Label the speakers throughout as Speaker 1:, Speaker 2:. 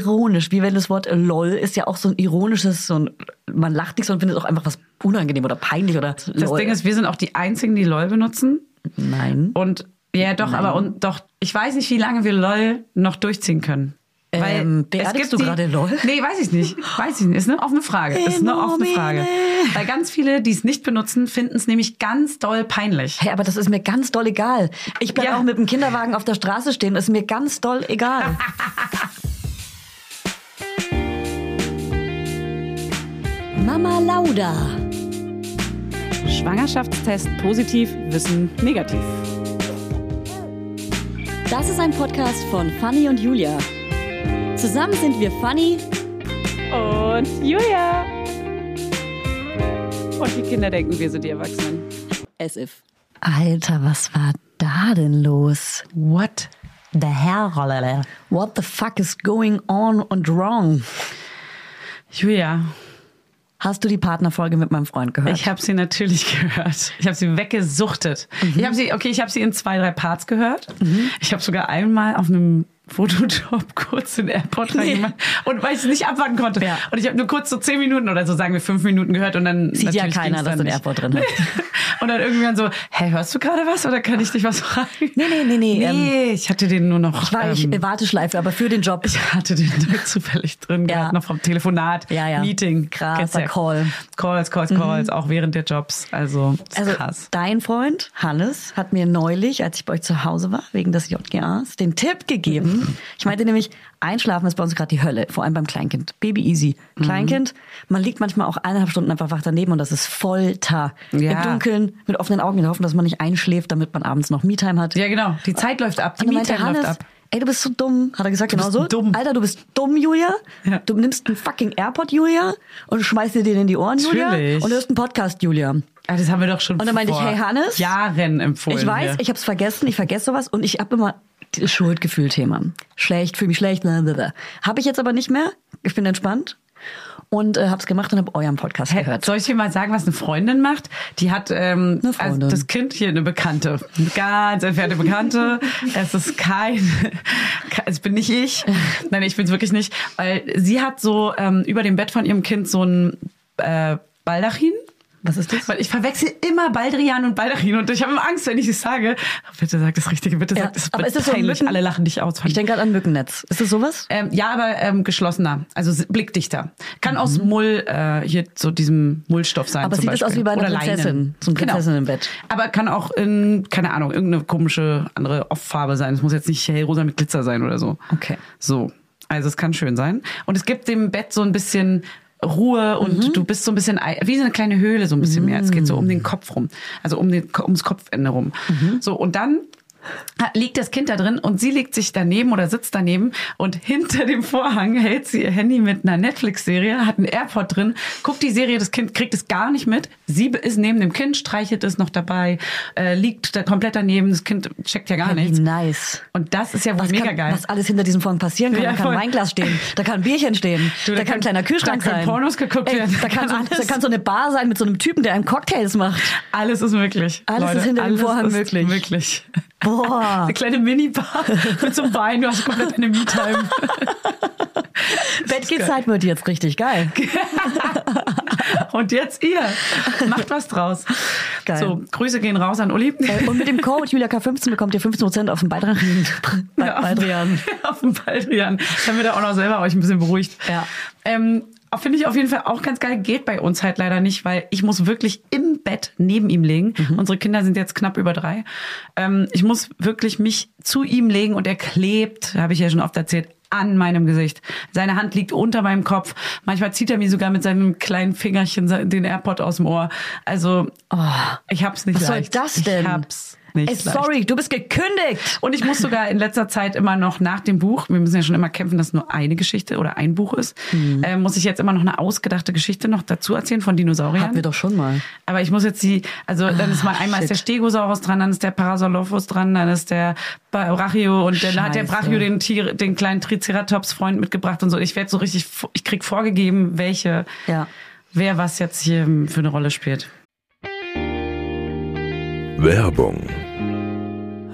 Speaker 1: ironisch, wie wenn das Wort LOL ist ja auch so ein ironisches, so ein, man lacht nicht, sondern findet auch einfach was unangenehm oder peinlich oder
Speaker 2: Das
Speaker 1: LOL.
Speaker 2: Ding ist, wir sind auch die Einzigen, die LOL benutzen.
Speaker 1: Nein.
Speaker 2: Und ja, doch, aber und doch, ich weiß nicht, wie lange wir LOL noch durchziehen können. Weil
Speaker 1: Ähm,
Speaker 2: es
Speaker 1: beerdigst
Speaker 2: gibt
Speaker 1: du
Speaker 2: die-
Speaker 1: gerade LOL?
Speaker 2: Nee, weiß ich nicht. Weiß ich nicht. Ist eine offene Frage. Ist eine offene Frage.
Speaker 1: Phänomene.
Speaker 2: Weil ganz viele, die es nicht benutzen, finden es nämlich ganz doll peinlich.
Speaker 1: Hey, aber das ist mir ganz doll egal. Ich bleib
Speaker 2: Ja.
Speaker 1: auch mit dem Kinderwagen auf der Straße stehen, ist mir ganz doll egal. Mama Lauda.
Speaker 2: Schwangerschaftstest positiv, Wissen negativ.
Speaker 3: Das ist ein Podcast von Fanny und Julia. Zusammen sind wir Fanny
Speaker 2: Und Julia. Und die Kinder denken, wir sind die Erwachsenen.
Speaker 3: as if.
Speaker 1: Alter, was war da denn los?
Speaker 2: What?
Speaker 1: The hell? What the fuck is going on and wrong?
Speaker 2: Julia,
Speaker 1: Hast du die Partnerfolge mit meinem Freund gehört?
Speaker 2: Ich habe sie natürlich gehört. Ich habe sie weggesuchtet. Ich habe sie, okay, ich habe sie in zwei, drei Parts gehört. Ich habe sogar einmal auf einem Fotojob kurz in den Airport reingemacht und weil ich es nicht abwarten konnte.
Speaker 1: Ja.
Speaker 2: Und ich habe nur kurz so zehn Minuten oder so sagen wir fünf Minuten gehört und dann
Speaker 1: Sieht ja
Speaker 2: natürlich
Speaker 1: keiner, dass
Speaker 2: ging's dann
Speaker 1: du einen
Speaker 2: nicht.
Speaker 1: Airport drin hast.
Speaker 2: und dann irgendwann so, hey, hörst du gerade was oder kann ich dich was fragen?
Speaker 1: Nee, nee, nee, nee, ähm,
Speaker 2: Nee, ich hatte den nur noch.
Speaker 1: Ich war ich
Speaker 2: ähm,
Speaker 1: äh, Warteschleife, aber für den Job.
Speaker 2: ich hatte den da zufällig drin
Speaker 1: Ja.
Speaker 2: gehabt, noch vom Telefonat,
Speaker 1: Ja, ja.
Speaker 2: Meeting,
Speaker 1: Krasser
Speaker 2: Kennst du ja.
Speaker 1: Call. Mhm.
Speaker 2: Calls, Calls, Calls, auch während der Jobs. Also, ist
Speaker 1: Also
Speaker 2: krass.
Speaker 1: dein Freund Hannes hat mir neulich, als ich bei euch zu Hause war, wegen des JGAs, den Tipp gegeben. Ich meinte nämlich, Einschlafen ist bei uns gerade die Hölle, vor allem beim Kleinkind. Baby easy.
Speaker 2: Mhm.
Speaker 1: Kleinkind, man liegt manchmal auch eineinhalb Stunden einfach wach daneben und das ist Folter.
Speaker 2: Ja.
Speaker 1: Im Dunkeln, mit offenen Augen, wir hoffen, dass man nicht einschläft, damit man abends noch Me-Time hat.
Speaker 2: Ja, genau. Die Zeit läuft ab.
Speaker 1: Und
Speaker 2: Die
Speaker 1: dann meinte
Speaker 2: Miete
Speaker 1: Hannes,
Speaker 2: läuft ab.
Speaker 1: ey, du bist so dumm, hat er gesagt, genau
Speaker 2: bist
Speaker 1: so.
Speaker 2: dumm.
Speaker 1: Alter, du bist dumm, Julia.
Speaker 2: Ja.
Speaker 1: Du nimmst einen fucking AirPod, Julia, und schmeißt dir den in die Ohren, Julia.
Speaker 2: Natürlich.
Speaker 1: Und hörst einen Podcast, Julia.
Speaker 2: Ah, das haben wir doch schon
Speaker 1: Und dann meinte ich,
Speaker 2: vor
Speaker 1: hey, Hannes,
Speaker 2: Jahren empfohlen.
Speaker 1: Ich weiß,
Speaker 2: hier.
Speaker 1: ich habe es vergessen, ich vergesse sowas und ich habe immer das Schuldgefühl-Thema. Schlecht, fühle mich schlecht, blablabla. Habe ich jetzt aber nicht mehr. Ich bin entspannt und äh, habe es gemacht und habe euren Podcast
Speaker 2: Hä,
Speaker 1: gehört.
Speaker 2: Soll ich dir mal sagen, was eine Freundin macht? Die hat ähm,
Speaker 1: Eine Freundin.
Speaker 2: Also das Kind hier eine Bekannte, eine ganz entfernte Bekannte. es ist kein, ke- es bin nicht ich. Nein, ich bin's wirklich nicht, weil sie hat so ähm, über dem Bett von ihrem Kind so ein äh, Baldachin.
Speaker 1: Was ist das?
Speaker 2: Weil ich verwechsel immer Baldrian und Baldachin und ich habe immer Angst, wenn ich es sage. Bitte sag das Richtige, bitte
Speaker 1: Ja,
Speaker 2: sag das.
Speaker 1: aber
Speaker 2: wird
Speaker 1: ist das so ein
Speaker 2: peinlich.
Speaker 1: Mücken-
Speaker 2: Alle lachen dich aus. Fanny.
Speaker 1: Ich denke gerade an Mückennetz. Ist das sowas?
Speaker 2: Ähm, ja, aber ähm, geschlossener, also s- blickdichter. Kann aus Mull, äh, hier so diesem Mullstoff sein.
Speaker 1: Mhm. Aber
Speaker 2: zum
Speaker 1: sieht es
Speaker 2: Beispiel.
Speaker 1: aus wie bei einer
Speaker 2: Oder Leinen.
Speaker 1: Prinzessin, so ein Prinzessinnenbett.
Speaker 2: Genau. Aber kann auch in, keine Ahnung, irgendeine komische andere Off-Farbe sein. Es muss jetzt nicht hellrosa mit Glitzer sein oder so.
Speaker 1: Okay.
Speaker 2: So. Also es kann schön sein. Und es gibt dem Bett so ein bisschen Ruhe
Speaker 1: Mhm.
Speaker 2: und du bist so ein bisschen ei- wie so eine kleine Höhle, so ein bisschen mehr. Es geht so um den Kopf rum. Also um den, Ko- ums Kopfende rum.
Speaker 1: Mhm.
Speaker 2: So, und dann ha- liegt das Kind da drin und sie legt sich daneben oder sitzt daneben und hinter dem Vorhang hält sie ihr Handy mit einer Netflix-Serie, hat einen AirPod drin, guckt die Serie, das Kind kriegt es gar nicht mit. Sie be- ist neben dem Kind, streichelt es noch dabei, äh, liegt da komplett daneben, das Kind checkt ja gar
Speaker 1: Wie
Speaker 2: nichts.
Speaker 1: nice.
Speaker 2: Und das ist ja wohl
Speaker 1: Was,
Speaker 2: mega
Speaker 1: kann,
Speaker 2: geil.
Speaker 1: was alles hinter diesem Vorhang passieren kann.
Speaker 2: Ja,
Speaker 1: da kann
Speaker 2: voll.
Speaker 1: ein Weinglas stehen, da kann ein Bierchen stehen,
Speaker 2: Du,
Speaker 1: da,
Speaker 2: da
Speaker 1: kann ein
Speaker 2: kann-
Speaker 1: kleiner Kühlschrank
Speaker 2: da können
Speaker 1: sein.
Speaker 2: Pornos geguckt werden,
Speaker 1: Da
Speaker 2: da
Speaker 1: kann,
Speaker 2: kann
Speaker 1: alles. da
Speaker 2: alles.
Speaker 1: kann so eine Bar sein mit so einem Typen, der einem Cocktails macht.
Speaker 2: Alles ist möglich.
Speaker 1: Alles ist
Speaker 2: Leute,
Speaker 1: hinter dem
Speaker 2: alles
Speaker 1: Vorhang
Speaker 2: ist
Speaker 1: möglich. Ah.
Speaker 2: möglich.
Speaker 1: Boah.
Speaker 2: Eine kleine Minibar mit so einem Bein, du hast komplett eine Me-Time.
Speaker 1: Bettgehzeit wird jetzt richtig geil.
Speaker 2: Und jetzt ihr. Macht was draus.
Speaker 1: Geil.
Speaker 2: So, Grüße gehen raus an Uli.
Speaker 1: Äh, Und mit dem Code JuliaK15 bekommt ihr 15% auf den Beitrag. Bei,
Speaker 2: Ja, auf-
Speaker 1: Beitrian.
Speaker 2: Auf dem Baldrian. Damit ihr auch noch selber euch ein bisschen beruhigt.
Speaker 1: Ja.
Speaker 2: Ähm, auch- Finde ich auf jeden Fall auch ganz geil. Geht bei uns halt leider nicht, weil ich muss wirklich im Bett neben ihm legen.
Speaker 1: Mhm.
Speaker 2: Unsere Kinder sind jetzt knapp über drei. Ähm, ich muss wirklich mich zu ihm legen und er klebt, habe ich ja schon oft erzählt, an meinem Gesicht. Seine Hand liegt unter meinem Kopf. Manchmal zieht er mir sogar mit seinem kleinen Fingerchen se- den AirPod aus dem Ohr. Also ich hab's nicht
Speaker 1: Was soll
Speaker 2: leicht.
Speaker 1: das denn?
Speaker 2: Ich hab's nicht
Speaker 1: Oh. Ey,
Speaker 2: leicht.
Speaker 1: sorry, du bist gekündigt.
Speaker 2: Und ich muss sogar in letzter Zeit immer noch nach dem Buch, wir müssen ja schon immer kämpfen, dass nur eine Geschichte oder ein Buch ist,
Speaker 1: Mhm.
Speaker 2: äh, muss ich jetzt immer noch eine ausgedachte Geschichte noch dazu erzählen von Dinosauriern.
Speaker 1: Hatten wir doch schon mal.
Speaker 2: Aber ich muss jetzt die, also dann ist mal einmal ist
Speaker 1: shit.
Speaker 2: der Stegosaurus dran, dann ist der Parasaurolophus dran, dann ist der Brachio und dann hat der
Speaker 1: Scheiße.
Speaker 2: Brachio den Tier, den kleinen Triceratops-Freund mitgebracht und so. Ich werde so richtig, vo- ich krieg vorgegeben, welche,
Speaker 1: Ja.
Speaker 2: wer was jetzt hier hm, für eine Rolle spielt.
Speaker 4: Werbung.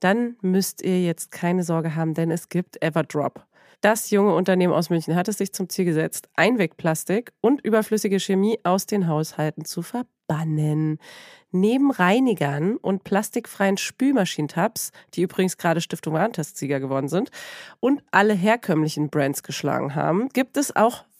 Speaker 4: dann müsst ihr jetzt keine Sorge haben, denn es gibt Everdrop. Das junge Unternehmen aus München hat es sich zum Ziel gesetzt, Einwegplastik und überflüssige Chemie aus den Haushalten zu verbannen. Neben Reinigern und plastikfreien Spülmaschinentabs, die übrigens gerade Stiftung Warentest-Sieger geworden sind, und alle herkömmlichen Brands geschlagen haben, gibt es auch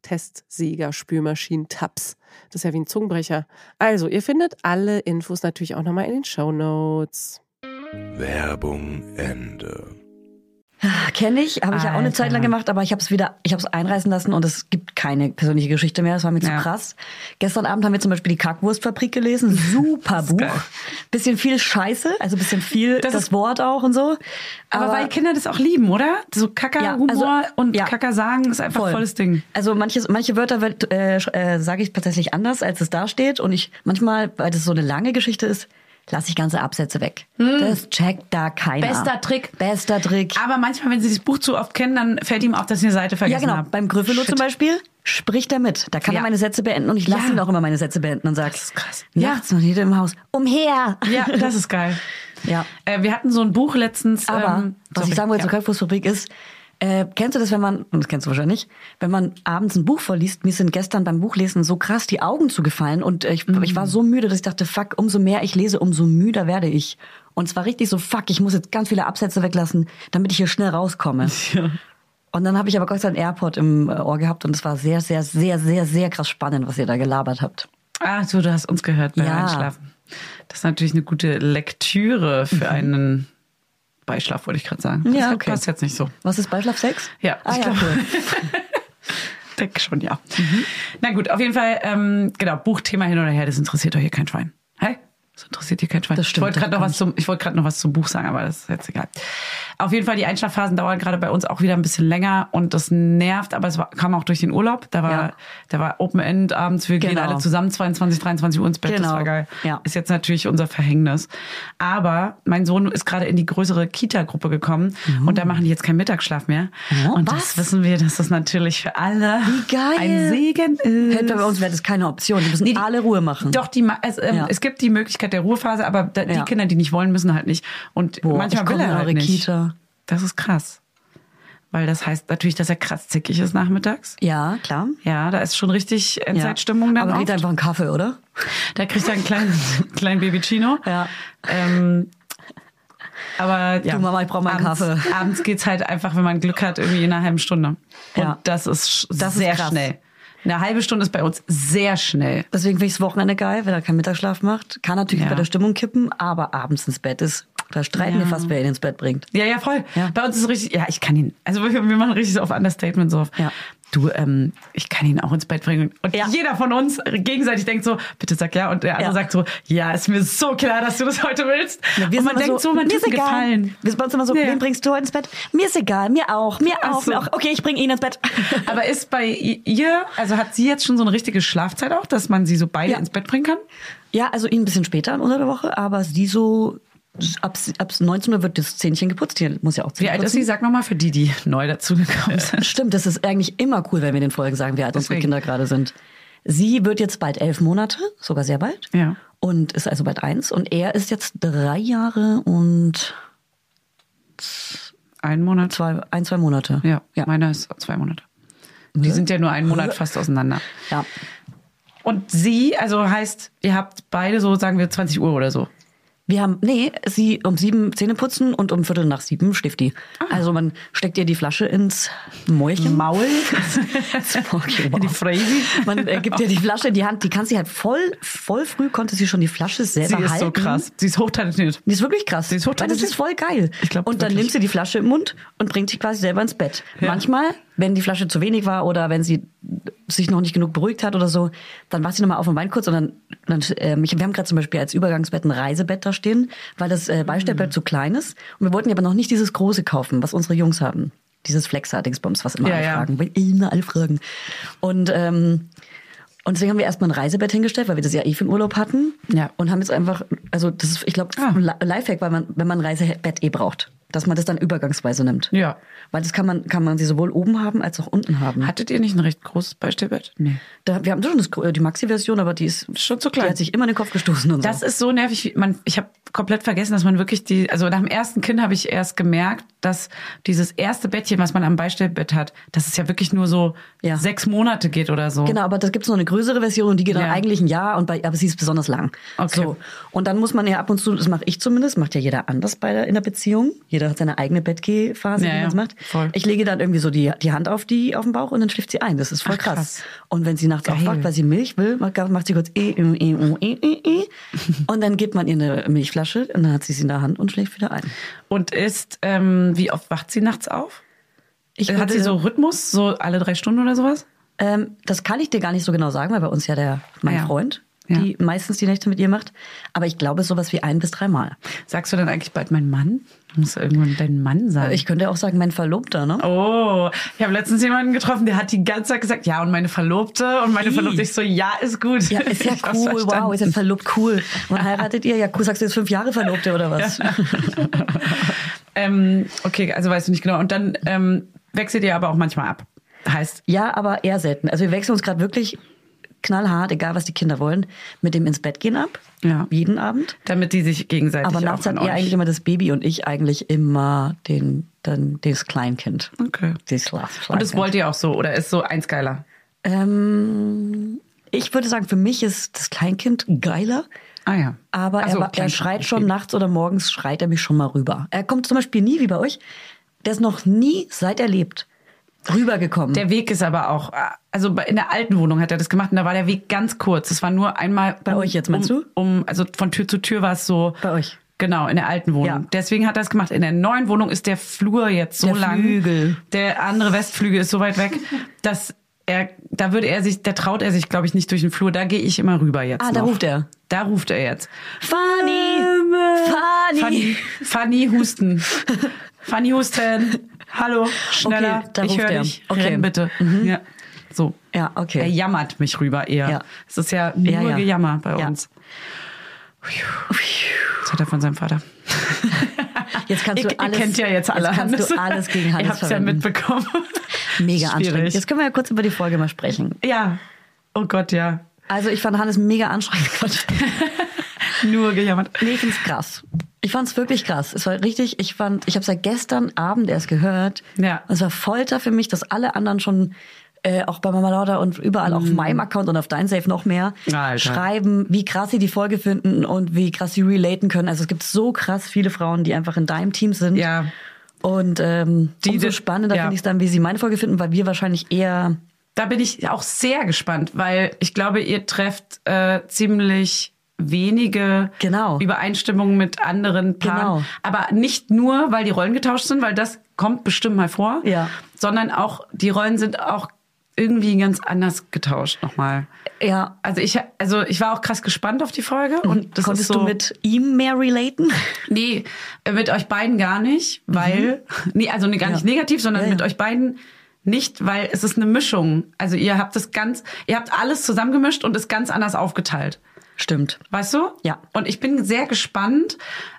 Speaker 4: Testsieger, Spülmaschinen, Tabs. Das ist ja wie ein Zungenbrecher. Also, ihr findet alle Infos natürlich auch nochmal in den Show Notes.
Speaker 5: Werbung Ende.
Speaker 1: Kenne ich, habe ich ja auch eine
Speaker 2: Alter.
Speaker 1: Zeit lang gemacht, aber ich habe es wieder, ich habe es einreißen lassen und es gibt keine persönliche Geschichte mehr. Das war mir zu
Speaker 2: Ja.
Speaker 1: krass. Gestern Abend haben wir zum Beispiel die Kackwurstfabrik gelesen. Super Buch.
Speaker 2: geil.
Speaker 1: Bisschen viel Scheiße, also bisschen viel das,
Speaker 2: Das ist-
Speaker 1: Wort auch und so.
Speaker 2: Aber, weil Kinder das auch lieben, oder? So
Speaker 1: Ja,
Speaker 2: Kacker-Humor
Speaker 1: also-
Speaker 2: und
Speaker 1: ja.
Speaker 2: Kacker-Sagen ist einfach
Speaker 1: Voll.
Speaker 2: volles Ding.
Speaker 1: Also manches, manche Wörter wird, äh, sch- äh, sage ich tatsächlich anders, als es da steht. Und ich manchmal, weil das so eine lange Geschichte ist, lasse ich ganze Absätze weg. Das checkt da keiner.
Speaker 2: Hm. Bester Trick.
Speaker 1: Bester Trick.
Speaker 2: Aber manchmal, wenn sie das Buch zu oft kennen, dann fällt ihm auf, dass sie eine Seite
Speaker 1: Ja,
Speaker 2: vergessen
Speaker 1: genau.
Speaker 2: haben.
Speaker 1: Beim Griffelo
Speaker 2: Shit.
Speaker 1: zum Beispiel spricht er mit. Da kann
Speaker 2: Ja.
Speaker 1: er meine Sätze beenden und ich lasse
Speaker 2: Ja.
Speaker 1: ihn auch immer meine Sätze beenden und sage,
Speaker 2: Das ist krass. Ja.
Speaker 1: nachts noch jeder im Haus, umher.
Speaker 2: Ja, das ist geil.
Speaker 1: Ja.
Speaker 2: Äh, wir hatten so ein Buch letztens.
Speaker 1: Aber
Speaker 2: ähm,
Speaker 1: was
Speaker 2: sorry,
Speaker 1: ich sagen wollte
Speaker 2: ja.
Speaker 1: zur Kalbfußfabrik ist, äh, kennst du das, wenn man, und das kennst du wahrscheinlich, nicht, wenn man abends ein Buch vorliest, mir sind gestern beim Buchlesen so krass die Augen zugefallen und äh, ich,
Speaker 2: Mhm.
Speaker 1: ich war so müde, dass ich dachte, fuck, umso mehr ich lese, umso müder werde ich. Und es war richtig so, fuck, ich muss jetzt ganz viele Absätze weglassen, damit ich hier schnell rauskomme. Und dann habe ich aber Gott sei Dank Airport im äh, Ohr gehabt und es war sehr, sehr, sehr, sehr, sehr krass spannend, was ihr da gelabert habt.
Speaker 2: Ach Ah, so, du hast uns gehört beim
Speaker 1: Ja.
Speaker 2: Einschlafen. Das ist natürlich eine gute Lektüre für einen Beischlaf, wollte ich gerade sagen.
Speaker 1: Mhm. Ja,
Speaker 2: das
Speaker 1: okay.
Speaker 2: passt jetzt nicht so.
Speaker 1: Was ist Beischlaf 6?
Speaker 2: Ja,
Speaker 1: ah,
Speaker 2: ich
Speaker 1: ja,
Speaker 2: glaube.
Speaker 1: cool.
Speaker 2: Denk schon, ja. Na gut, auf jeden Fall, ähm, genau, Buchthema hin oder her, das interessiert doch hier kein Schwein. Hä? Das interessiert hier kein Schwein.
Speaker 1: Das
Speaker 2: ich
Speaker 1: stimmt,
Speaker 2: wollte
Speaker 1: das
Speaker 2: gerade noch,
Speaker 1: kann
Speaker 2: was zum- ich wollte gerade noch was zum Buch sagen, aber das ist jetzt egal. Auf jeden Fall, die Einschlafphasen dauern gerade bei uns auch wieder ein bisschen länger und das nervt, aber es war, kam auch durch den Urlaub. Da war,
Speaker 1: Ja.
Speaker 2: da war Open End abends, wir gehen
Speaker 1: Genau.
Speaker 2: alle zusammen 22, 23 Uhr ins Bett, das
Speaker 1: Genau.
Speaker 2: war geil.
Speaker 1: Ja.
Speaker 2: Ist jetzt natürlich unser Verhängnis. Aber mein Sohn ist gerade in die größere Kita-Gruppe gekommen und da machen die jetzt keinen Mittagsschlaf mehr.
Speaker 1: Ja,
Speaker 2: und
Speaker 1: Oh. was?
Speaker 2: das wissen wir, dass das natürlich für alle
Speaker 1: Wie geil.
Speaker 2: ein Segen ist.
Speaker 1: Hätte bei uns wäre das keine Option. Die müssen
Speaker 2: Nee, die-
Speaker 1: alle Ruhe machen.
Speaker 2: Doch, die, ma- es, ähm,
Speaker 1: Ja.
Speaker 2: es gibt die Möglichkeit der Ruhephase, aber da, die
Speaker 1: Ja.
Speaker 2: Kinder, die nicht wollen, müssen halt nicht. Und
Speaker 1: Boah,
Speaker 2: manchmal
Speaker 1: ich
Speaker 2: will
Speaker 1: komm in
Speaker 2: er halt
Speaker 1: eure
Speaker 2: nicht.
Speaker 1: Kita.
Speaker 2: Das ist krass. Weil das heißt natürlich, dass er krass zickig ist nachmittags.
Speaker 1: Ja, klar.
Speaker 2: Ja, da ist schon richtig Endzeitstimmung
Speaker 1: ja.
Speaker 2: dann
Speaker 1: Aber
Speaker 2: oft.
Speaker 1: geht einfach einen Kaffee, oder?
Speaker 2: Da kriegt er einen kleinen, kleinen Babychino.
Speaker 1: Ja.
Speaker 2: Ähm, aber ja.
Speaker 1: Du Mama, ich brauch mal einen
Speaker 2: abends,
Speaker 1: Kaffee.
Speaker 2: Abends geht's halt einfach, wenn man Glück hat, irgendwie in einer halben Stunde. Und
Speaker 1: Ja.
Speaker 2: das ist sch-
Speaker 1: Das ist
Speaker 2: sehr
Speaker 1: krass.
Speaker 2: schnell. Eine halbe Stunde ist bei uns sehr schnell.
Speaker 1: Deswegen finde ich das Wochenende geil, wenn er keinen Mittagsschlaf macht. Kann natürlich
Speaker 2: Ja.
Speaker 1: bei der Stimmung kippen, aber abends ins Bett ist, da streiten
Speaker 2: Ja.
Speaker 1: wir fast, wer ihn ins Bett bringt.
Speaker 2: Ja, ja, voll.
Speaker 1: Ja.
Speaker 2: Bei uns ist es richtig, ja, ich kann ihn. Also wir, wir machen richtig so auf Understatement so auf.
Speaker 1: Ja.
Speaker 2: du, ähm, ich kann ihn auch ins Bett bringen. Und
Speaker 1: Ja.
Speaker 2: jeder von uns gegenseitig denkt so, bitte sag ja. Und der andere
Speaker 1: Ja.
Speaker 2: sagt so, ja, ist mir so klar, dass du das heute willst.
Speaker 1: Ja, wir
Speaker 2: und
Speaker 1: sind
Speaker 2: man
Speaker 1: immer
Speaker 2: denkt so, man
Speaker 1: mir
Speaker 2: tut
Speaker 1: ist
Speaker 2: mir
Speaker 1: egal.
Speaker 2: gefallen.
Speaker 1: Wir sind bei uns immer so,
Speaker 2: Ja.
Speaker 1: wen bringst du heute ins Bett? Mir ist egal, mir auch, mir
Speaker 2: Ach
Speaker 1: auch,
Speaker 2: so.
Speaker 1: mir auch. Okay, ich bringe ihn ins Bett.
Speaker 2: Aber ist bei i- ihr, also hat sie jetzt schon so eine richtige Schlafzeit auch, dass man sie so beide
Speaker 1: Ja.
Speaker 2: ins Bett bringen kann?
Speaker 1: Ja, also ihn ein bisschen später unter der Woche, aber sie so ab, ab 19 Uhr wird das Zähnchen geputzt. Hier muss ja auch
Speaker 2: Wie alt ist sie? Sag nochmal für die, die neu dazugekommen sind.
Speaker 1: Stimmt, das ist eigentlich immer cool, wenn wir den Folgen sagen, wie alt unsere
Speaker 2: Deswegen.
Speaker 1: Kinder gerade sind. Sie wird jetzt bald elf Monate, sogar sehr bald.
Speaker 2: Ja.
Speaker 1: Und ist also bald eins. Und er ist jetzt drei Jahre und
Speaker 2: Ein Monat, zwei.
Speaker 1: zwei, ein, zwei Monate.
Speaker 2: Ja,
Speaker 1: ja.
Speaker 2: meiner ist zwei Monate. Die sind ja nur einen Monat fast auseinander.
Speaker 1: ja.
Speaker 2: Und sie, also heißt, ihr habt beide so, sagen wir, 20 Uhr oder so.
Speaker 1: Wir haben, nee, sie um sieben Zähne putzen und um Viertel nach sieben schläft die. Also man steckt ihr die Flasche ins Mäulchen.
Speaker 2: Ah. Maul.
Speaker 1: Okay, wow.
Speaker 2: Die Fräsi.
Speaker 1: Man äh, gibt ihr die Flasche in die Hand, die kann sie halt voll, voll früh konnte sie schon die Flasche selber
Speaker 2: Sie
Speaker 1: halten.
Speaker 2: ist so krass. Sie ist hochtalentiert.
Speaker 1: Die ist wirklich krass.
Speaker 2: Sie ist
Speaker 1: weil das
Speaker 2: hochtalentiert.
Speaker 1: ist voll geil.
Speaker 2: Ich glaub,
Speaker 1: und dann
Speaker 2: wirklich.
Speaker 1: nimmt sie die Flasche im Mund und bringt sich quasi selber ins Bett.
Speaker 2: Ja.
Speaker 1: Manchmal, wenn die Flasche zu wenig war oder wenn sie sich noch nicht genug beruhigt hat oder so, dann macht sie nochmal auf und weint kurz. Und dann, dann ähm, ich, wir haben gerade zum Beispiel als Übergangsbett ein Reisebett da stehen, weil das äh,
Speaker 2: Mhm.
Speaker 1: Beistellbett zu klein ist. Und wir wollten ja aber noch nicht dieses große kaufen, was unsere Jungs haben. Dieses Flexer-Dingsbums, was immer
Speaker 2: Ja,
Speaker 1: alle
Speaker 2: ja.
Speaker 1: fragen. Will immer alle fragen. Und, ähm, und deswegen haben wir erstmal ein Reisebett hingestellt, weil wir das ja eh für den Urlaub hatten.
Speaker 2: Ja.
Speaker 1: Und haben jetzt einfach, also das ist, ich glaube,
Speaker 2: Ah.
Speaker 1: ein Li- Lifehack, weil man, wenn man ein Reisebett eh braucht, dass man das dann übergangsweise nimmt.
Speaker 2: Ja.
Speaker 1: Weil das kann man, kann man sie sowohl oben haben als auch unten haben.
Speaker 2: Hattet ihr nicht ein recht großes Beistellbett? Nee.
Speaker 1: da, wir haben schon das, Gro- die Maxi-Version, aber die ist
Speaker 2: Schon zu klein.
Speaker 1: Die hat sich immer in den Kopf gestoßen und
Speaker 2: Das
Speaker 1: so.
Speaker 2: ist so nervig. Wie man, ich habe komplett vergessen, dass man wirklich die, also nach dem ersten Kind habe ich erst gemerkt, dass dieses erste Bettchen, was man am Beistellbett hat, dass es ja wirklich nur so
Speaker 1: Ja.
Speaker 2: sechs Monate geht oder so.
Speaker 1: Genau, aber da gibt's noch eine größere Version und die geht dann
Speaker 2: Oh. Ja.
Speaker 1: eigentlich ein Jahr, und bei, aber sie ist besonders lang.
Speaker 2: Okay.
Speaker 1: So. Und dann muss man ja ab und zu, das mache ich zumindest, macht ja jeder anders bei der, in der Beziehung. Jeder hat seine eigene Bettgehphase,
Speaker 2: Ja,
Speaker 1: wie
Speaker 2: ja,
Speaker 1: man's macht.
Speaker 2: voll.
Speaker 1: Ich lege dann irgendwie so die, die Hand auf, die, auf den Bauch und dann schläft sie ein. Das ist voll
Speaker 2: Ach,
Speaker 1: krass.
Speaker 2: krass.
Speaker 1: Und wenn sie nachts
Speaker 2: Geil.
Speaker 1: aufwacht, weil sie Milch will, macht macht sie kurz eh, eh, eh, eh, eh, eh. und dann gibt man ihr eine Milchflasche und dann hat sie sie in der Hand und schläft wieder ein.
Speaker 2: Und ist, ähm, wie oft wacht sie nachts auf?
Speaker 1: Ich
Speaker 2: hat sie
Speaker 1: würde-
Speaker 2: so Rhythmus, so alle drei Stunden oder sowas?
Speaker 1: Ähm, das kann ich dir gar nicht so genau sagen, weil bei uns ja der mein
Speaker 2: Ja.
Speaker 1: Freund
Speaker 2: Ja.
Speaker 1: die meistens die Nächte mit ihr macht. Aber ich glaube sowas wie ein bis dreimal.
Speaker 2: Sagst du dann eigentlich bald mein Mann? Du musst irgendwann dein Mann sagen.
Speaker 1: Ich könnte auch sagen, mein Verlobter, ne?
Speaker 2: Oh, ich habe letztens jemanden getroffen, der hat die ganze Zeit gesagt, ja, und meine Verlobte und meine
Speaker 1: Wie?
Speaker 2: Verlobte. Ich so, ja, ist gut.
Speaker 1: Ja, ist ja
Speaker 2: Ich hab's
Speaker 1: cool,
Speaker 2: verstanden.
Speaker 1: wow, ist ja verlobt cool. Man heiratet ihr, ja cool, sagst du jetzt fünf Jahre Verlobte oder was?
Speaker 2: ähm, okay, also weißt du nicht genau. Und dann ähm, wechselt ihr aber auch manchmal ab. Heißt,
Speaker 1: Ja, aber eher selten. Also wir wechseln uns gerade wirklich knallhart, egal was die Kinder wollen, mit dem ins Bett gehen ab.
Speaker 2: Ja.
Speaker 1: Jeden Abend.
Speaker 2: damit die sich gegenseitig
Speaker 1: Aber
Speaker 2: auch
Speaker 1: nachts hat
Speaker 2: an
Speaker 1: ihr
Speaker 2: euch-
Speaker 1: eigentlich immer das Baby und ich eigentlich immer den, dann das Kleinkind.
Speaker 2: Okay.
Speaker 1: Das Last
Speaker 2: Und das wollt ihr auch so oder ist so eins geiler?
Speaker 1: Ähm, ich würde sagen, für mich ist das Kleinkind geiler.
Speaker 2: Ah ja.
Speaker 1: Aber
Speaker 2: Ach so,
Speaker 1: er, wa- er
Speaker 2: Kleinkind,
Speaker 1: schreit schon
Speaker 2: Baby.
Speaker 1: nachts oder morgens, schreit er mich schon mal rüber. Er kommt zum Beispiel nie, wie bei euch, der ist noch nie, seit er lebt, rübergekommen.
Speaker 2: Der Weg ist aber auch, äh, also bei- in der alten Wohnung hat er das gemacht und da war der Weg ganz kurz. Es war nur einmal
Speaker 1: Bei
Speaker 2: um,
Speaker 1: euch jetzt, meinst
Speaker 2: um,
Speaker 1: du?
Speaker 2: Um, also von Tür zu Tür war es so.
Speaker 1: Bei euch.
Speaker 2: Genau, in der alten Wohnung.
Speaker 1: Ja.
Speaker 2: Deswegen hat er es gemacht. In der neuen Wohnung ist der Flur jetzt so
Speaker 1: Der
Speaker 2: lang.
Speaker 1: Flügel.
Speaker 2: Der andere Westflügel ist so weit weg, dass er, da würde er sich, da traut er sich, glaube ich, nicht durch den Flur. Da gehe ich immer rüber jetzt.
Speaker 1: Ah, da
Speaker 2: noch.
Speaker 1: ruft er.
Speaker 2: Da ruft er jetzt.
Speaker 1: Fanny! Fanny!
Speaker 2: Fanny, Fanny Husten. Fanny Husten. Hallo, schneller.
Speaker 1: Okay, da
Speaker 2: ich
Speaker 1: ruft
Speaker 2: höre
Speaker 1: er.
Speaker 2: dich.
Speaker 1: Okay. Mhm.
Speaker 2: Renn bitte. Ja. So.
Speaker 1: Ja, okay.
Speaker 2: Er jammert mich rüber eher.
Speaker 1: Ja.
Speaker 2: Es ist ja nur
Speaker 1: Ja, ja.
Speaker 2: Gejammer bei
Speaker 1: Ja.
Speaker 2: uns. Das hat er von seinem Vater.
Speaker 1: Jetzt kannst
Speaker 2: Ihr-
Speaker 1: du alles-
Speaker 2: Ihr kennt ja jetzt alle
Speaker 1: jetzt kannst du
Speaker 2: Hannes.
Speaker 1: alles gegen Hannes
Speaker 2: Ihr habt's ja
Speaker 1: verwenden.
Speaker 2: mitbekommen.
Speaker 1: Mega
Speaker 2: Schwierig.
Speaker 1: anstrengend. Jetzt können wir ja kurz über die Folge mal sprechen.
Speaker 2: Ja. Oh Gott, ja.
Speaker 1: Also ich fand Hannes mega anstrengend.
Speaker 2: Nur gejammert.
Speaker 1: Nee, ich find's krass. Ich fand's wirklich krass. Es war richtig, ich fand, ich habe seit gestern Abend erst gehört.
Speaker 2: Ja.
Speaker 1: Und es war Folter für mich, dass alle anderen schon äh, auch bei Mama Lauda und überall auf meinem Account und auf dein Safe noch mehr
Speaker 2: Mhm. Ah, Alter.
Speaker 1: schreiben, wie krass sie die Folge finden und wie krass sie relaten können. Also es gibt so krass viele Frauen, die einfach in deinem Team sind.
Speaker 2: Ja.
Speaker 1: Und ähm,
Speaker 2: Die-
Speaker 1: umso spannender
Speaker 2: ja.
Speaker 1: finde ich dann, wie sie meine Folge finden, weil wir wahrscheinlich eher
Speaker 2: Da bin ich auch sehr gespannt, weil ich glaube, ihr trefft äh, ziemlich wenige
Speaker 1: Genau.
Speaker 2: Übereinstimmungen mit anderen
Speaker 1: Genau.
Speaker 2: Paaren. Aber nicht nur, weil die Rollen getauscht sind, weil das kommt bestimmt mal vor,
Speaker 1: Ja.
Speaker 2: sondern auch die Rollen sind auch irgendwie ganz anders getauscht nochmal.
Speaker 1: Ja.
Speaker 2: Also ich, also ich war auch krass gespannt auf die Folge und das
Speaker 1: Mhm. Konntest
Speaker 2: ist so,
Speaker 1: du mit ihm mehr relaten?
Speaker 2: Nee, äh, mit euch beiden gar nicht, weil, nee, also nee, gar nicht
Speaker 1: Mhm. Ja.
Speaker 2: negativ, sondern
Speaker 1: Ja, ja.
Speaker 2: mit euch beiden nicht, weil es ist eine Mischung. Also ihr habt das ganz, ihr habt alles zusammengemischt und es ganz anders aufgeteilt.
Speaker 1: Stimmt.
Speaker 2: Weißt du?
Speaker 1: Ja.
Speaker 2: Und ich bin sehr gespannt,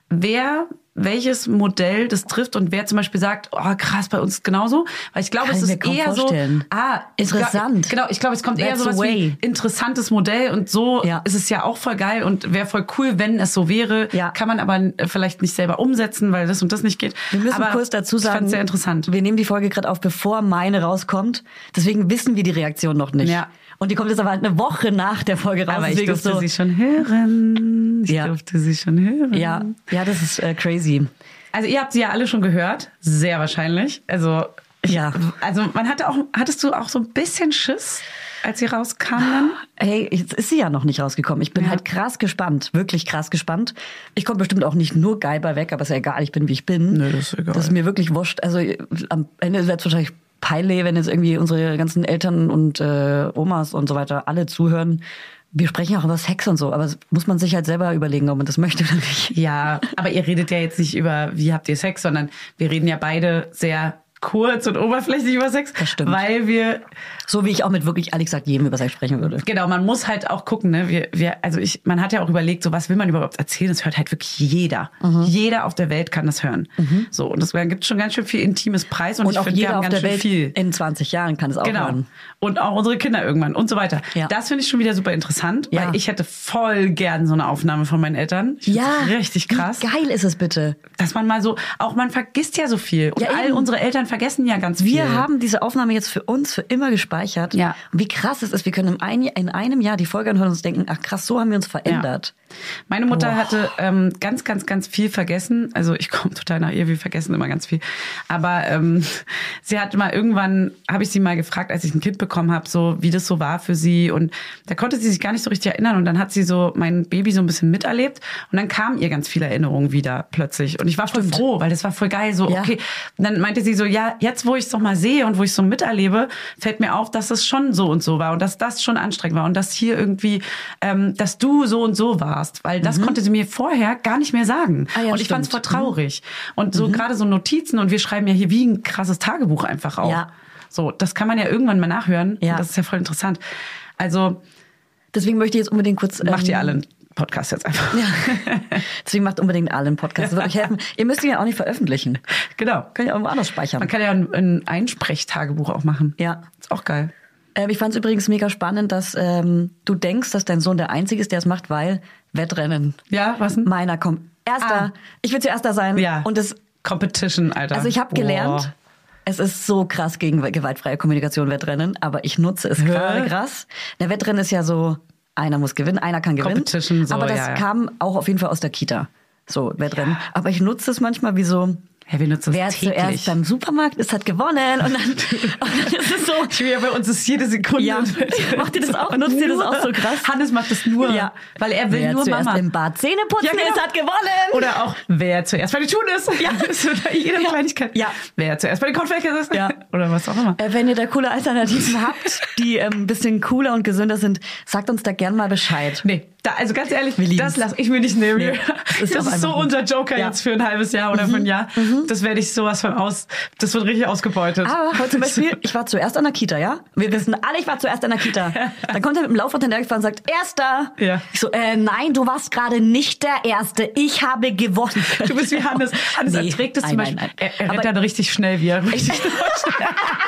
Speaker 2: wer welches Modell das trifft und wer zum Beispiel sagt, oh krass, bei uns ist genauso. Weil ich glaube,
Speaker 1: Kann
Speaker 2: es
Speaker 1: ich
Speaker 2: ist
Speaker 1: mir kaum
Speaker 2: eher
Speaker 1: vorstellen.
Speaker 2: so, ah, ich glaub-
Speaker 1: Interessant.
Speaker 2: Genau, ich glaube, es kommt eher
Speaker 1: That's
Speaker 2: so was
Speaker 1: the way.
Speaker 2: wie interessantes Modell und so
Speaker 1: Ja.
Speaker 2: ist es ja auch voll geil und wäre voll cool, wenn es so wäre.
Speaker 1: Ja.
Speaker 2: Kann man aber äh, vielleicht nicht selber umsetzen, weil das und das nicht geht.
Speaker 1: Wir müssen
Speaker 2: aber
Speaker 1: kurz dazu sagen,
Speaker 2: Ich fand's sehr interessant.
Speaker 1: wir nehmen die Folge gerade auf, bevor meine rauskommt. Deswegen wissen wir die Reaktion noch nicht.
Speaker 2: Ja.
Speaker 1: Und die kommt jetzt aber halt eine Woche nach der Folge raus.
Speaker 2: Aber ich
Speaker 1: deswegen
Speaker 2: durfte
Speaker 1: ist also so,
Speaker 2: sie schon hören. Ich
Speaker 1: Ja.
Speaker 2: durfte sie schon hören.
Speaker 1: ja, ja, das ist äh, crazy.
Speaker 2: Also ihr habt sie ja alle schon gehört, sehr wahrscheinlich. Also ich,
Speaker 1: Ja.
Speaker 2: Also man hatte auch, hattest du auch so ein bisschen Schiss, als sie rauskam dann?
Speaker 1: Hey, jetzt ist sie ja noch nicht rausgekommen. Ich bin
Speaker 2: Ja.
Speaker 1: halt krass gespannt, wirklich krass gespannt. Ich komme bestimmt auch nicht nur geil bei weg, aber ist ja egal, ich bin wie ich bin.
Speaker 2: Nö, das ist egal.
Speaker 1: Das ist mir wirklich wurscht. Also äh, am Ende wird es wahrscheinlich peinlich, wenn jetzt irgendwie unsere ganzen Eltern und äh, Omas und so weiter alle zuhören. Wir sprechen auch über Sex und so, aber das muss man sich halt selber überlegen, ob man das möchte oder nicht.
Speaker 2: Ja, aber ihr redet ja jetzt nicht über, wie habt ihr Sex, sondern wir reden ja beide sehr kurz und oberflächlich über Sex,
Speaker 1: Das stimmt.
Speaker 2: weil wir
Speaker 1: So wie ich auch mit wirklich, ehrlich gesagt, jedem über Sex sprechen würde.
Speaker 2: Genau, man muss halt auch gucken, ne? Wir, wir, also ich, man hat ja auch überlegt, so was will man überhaupt erzählen? Das hört halt wirklich jeder. Jeder auf der Welt kann das hören. So und das gibt schon ganz schön viel intimes Preis Mhm. und,
Speaker 1: Und
Speaker 2: ich
Speaker 1: auch
Speaker 2: finde, wir
Speaker 1: jeder
Speaker 2: haben
Speaker 1: auf
Speaker 2: ganz
Speaker 1: der
Speaker 2: schön
Speaker 1: Welt
Speaker 2: viel.
Speaker 1: in 20 Jahren kann es auch
Speaker 2: Genau.
Speaker 1: hören.
Speaker 2: Und auch unsere Kinder irgendwann und so weiter.
Speaker 1: Ja.
Speaker 2: Das finde ich schon wieder super interessant,
Speaker 1: Ja.
Speaker 2: weil ich hätte voll gern so eine Aufnahme von meinen Eltern. Ich find's Richtig krass.
Speaker 1: Wie geil ist es bitte.
Speaker 2: Dass man mal so, auch man vergisst ja so viel. Und
Speaker 1: Ja,
Speaker 2: all
Speaker 1: eben.
Speaker 2: unsere Eltern vergessen ja ganz viel.
Speaker 1: Wir haben diese Aufnahme jetzt für uns für immer gespeichert.
Speaker 2: Ja.
Speaker 1: Und wie krass es ist, wir können im ein, in einem Jahr die Folge anhören und uns denken, ach krass, so haben wir uns verändert.
Speaker 2: Ja. Meine Mutter
Speaker 1: Boah.
Speaker 2: hatte ähm, ganz, ganz, ganz viel vergessen. Also ich komme total nach ihr, wir vergessen immer ganz viel. Aber ähm, sie hat mal irgendwann, habe ich sie mal gefragt, als ich ein Kind bekommen habe, so wie das so war für sie. Und da konnte sie sich gar nicht so richtig erinnern. Und dann hat sie so mein Baby so ein bisschen miterlebt. Und dann kamen ihr ganz viele Erinnerungen wieder plötzlich. Und ich war voll froh, weil das war voll geil. So,
Speaker 1: Ja.
Speaker 2: okay. Und dann meinte sie so, ja, jetzt wo ich es doch mal sehe und wo ich so miterlebe, fällt mir auf, dass es schon so und so war und dass das schon anstrengend war und dass hier irgendwie, ähm, dass du so und so warst, weil das konnte sie mir vorher gar nicht mehr sagen.
Speaker 1: Mhm. Ah ja,
Speaker 2: und ich fand es voll
Speaker 1: stimmt. Mhm.
Speaker 2: traurig. Und so gerade so Notizen und wir schreiben ja hier wie ein krasses Tagebuch einfach auch.
Speaker 1: Ja.
Speaker 2: So, das kann man ja irgendwann mal nachhören.
Speaker 1: Ja.
Speaker 2: Und Das ist ja voll interessant. Also
Speaker 1: Deswegen möchte ich jetzt unbedingt kurz.
Speaker 2: macht
Speaker 1: ähm,
Speaker 2: ihr alle einen Podcast jetzt einfach.
Speaker 1: Ja. Deswegen macht unbedingt alle einen Podcast. Das wird euch helfen. Ihr müsst ihn ja auch nicht veröffentlichen.
Speaker 2: genau.
Speaker 1: Könnt ihr irgendwo anders speichern.
Speaker 2: Man kann ja ein, ein Einsprechtagebuch auch machen.
Speaker 1: Ja.
Speaker 2: Ist auch geil.
Speaker 1: Ähm, ich fand es übrigens mega spannend, dass ähm, du denkst, dass dein Sohn der Einzige ist, der es macht, weil Wettrennen.
Speaker 2: Ja, was denn?
Speaker 1: Meiner kommt. Erster.
Speaker 2: Ah.
Speaker 1: Ich will zuerst da sein.
Speaker 2: Ja.
Speaker 1: Und das
Speaker 2: Competition, Alter.
Speaker 1: Also ich habe gelernt, es ist so krass gegen gewaltfreie Kommunikation Wettrennen, aber ich nutze es gerade krass. Der Wettrennen ist ja so, einer muss gewinnen, einer kann gewinnen.
Speaker 2: Competition, so,
Speaker 1: aber das
Speaker 2: ja, ja.
Speaker 1: kam auch auf jeden Fall aus der Kita. So, Wettrennen. Aber ich nutze es manchmal wie so.
Speaker 2: Ja, wir nutzen es
Speaker 1: Wer
Speaker 2: täglich.
Speaker 1: zuerst beim Supermarkt ist, hat gewonnen. Und dann, und dann ist es so.
Speaker 2: Ich will ja, bei uns ist jede Sekunde.
Speaker 1: Ja. Macht ihr das auch? Nutzt ihr das auch so krass?
Speaker 2: Hannes macht das nur,
Speaker 1: Ja.
Speaker 2: weil er will
Speaker 1: Wer
Speaker 2: nur
Speaker 1: zuerst
Speaker 2: Mama.
Speaker 1: im Bad Zähne putzen
Speaker 2: Ja, genau.
Speaker 1: ist, hat gewonnen.
Speaker 2: Oder auch, wer zuerst bei den Schuhen ist. Ja. jede Kleinigkeit.
Speaker 1: Ja.
Speaker 2: Wer zuerst bei den Cornflakes ist.
Speaker 1: Ja.
Speaker 2: Oder was auch immer.
Speaker 1: Äh, Wenn ihr da coole Alternativen habt, die ähm, ein bisschen cooler und gesünder sind, sagt uns da gern mal Bescheid.
Speaker 2: Nee, da, also ganz ehrlich,
Speaker 1: Wir lieben's.
Speaker 2: das lasse ich mir nicht nehmen.
Speaker 1: Nee, das ist
Speaker 2: das ist,
Speaker 1: doch
Speaker 2: so
Speaker 1: einfach gut.
Speaker 2: unser Joker
Speaker 1: Ja. Mhm.
Speaker 2: jetzt für ein halbes Jahr oder für ein Jahr. Das werde ich sowas von aus, das wird richtig ausgebeutet.
Speaker 1: Aber Ah, heute zum Beispiel, ich war zuerst an der Kita, ja? Wir wissen alle, ich war zuerst an der Kita. Dann kommt er mit dem Laufrad hinterher und sagt, Erster!
Speaker 2: Ja.
Speaker 1: Ich so, äh, nein, du warst gerade nicht der Erste. Ich habe gewonnen.
Speaker 2: Du bist wie Hannes. Hannes
Speaker 1: Nee,
Speaker 2: erträgt das zum
Speaker 1: nein,
Speaker 2: Beispiel.
Speaker 1: nein, nein.
Speaker 2: Er, er rennt
Speaker 1: Aber-
Speaker 2: dann richtig schnell, wie er richtig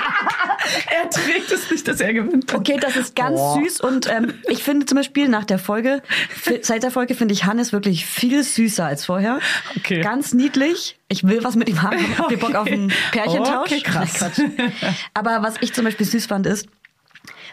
Speaker 2: Er trägt es nicht, dass er gewinnt.
Speaker 1: Okay, das ist ganz süß und ähm, ich finde zum Beispiel nach der Folge, fi- seit der Folge finde ich Hannes wirklich viel süßer als vorher.
Speaker 2: Okay.
Speaker 1: Ganz niedlich. Ich will was mit ihm haben. Habt ihr Bock auf einen Pärchentausch?
Speaker 2: Okay, krass.
Speaker 1: Nein, Quatsch. Aber was ich zum Beispiel süß fand ist,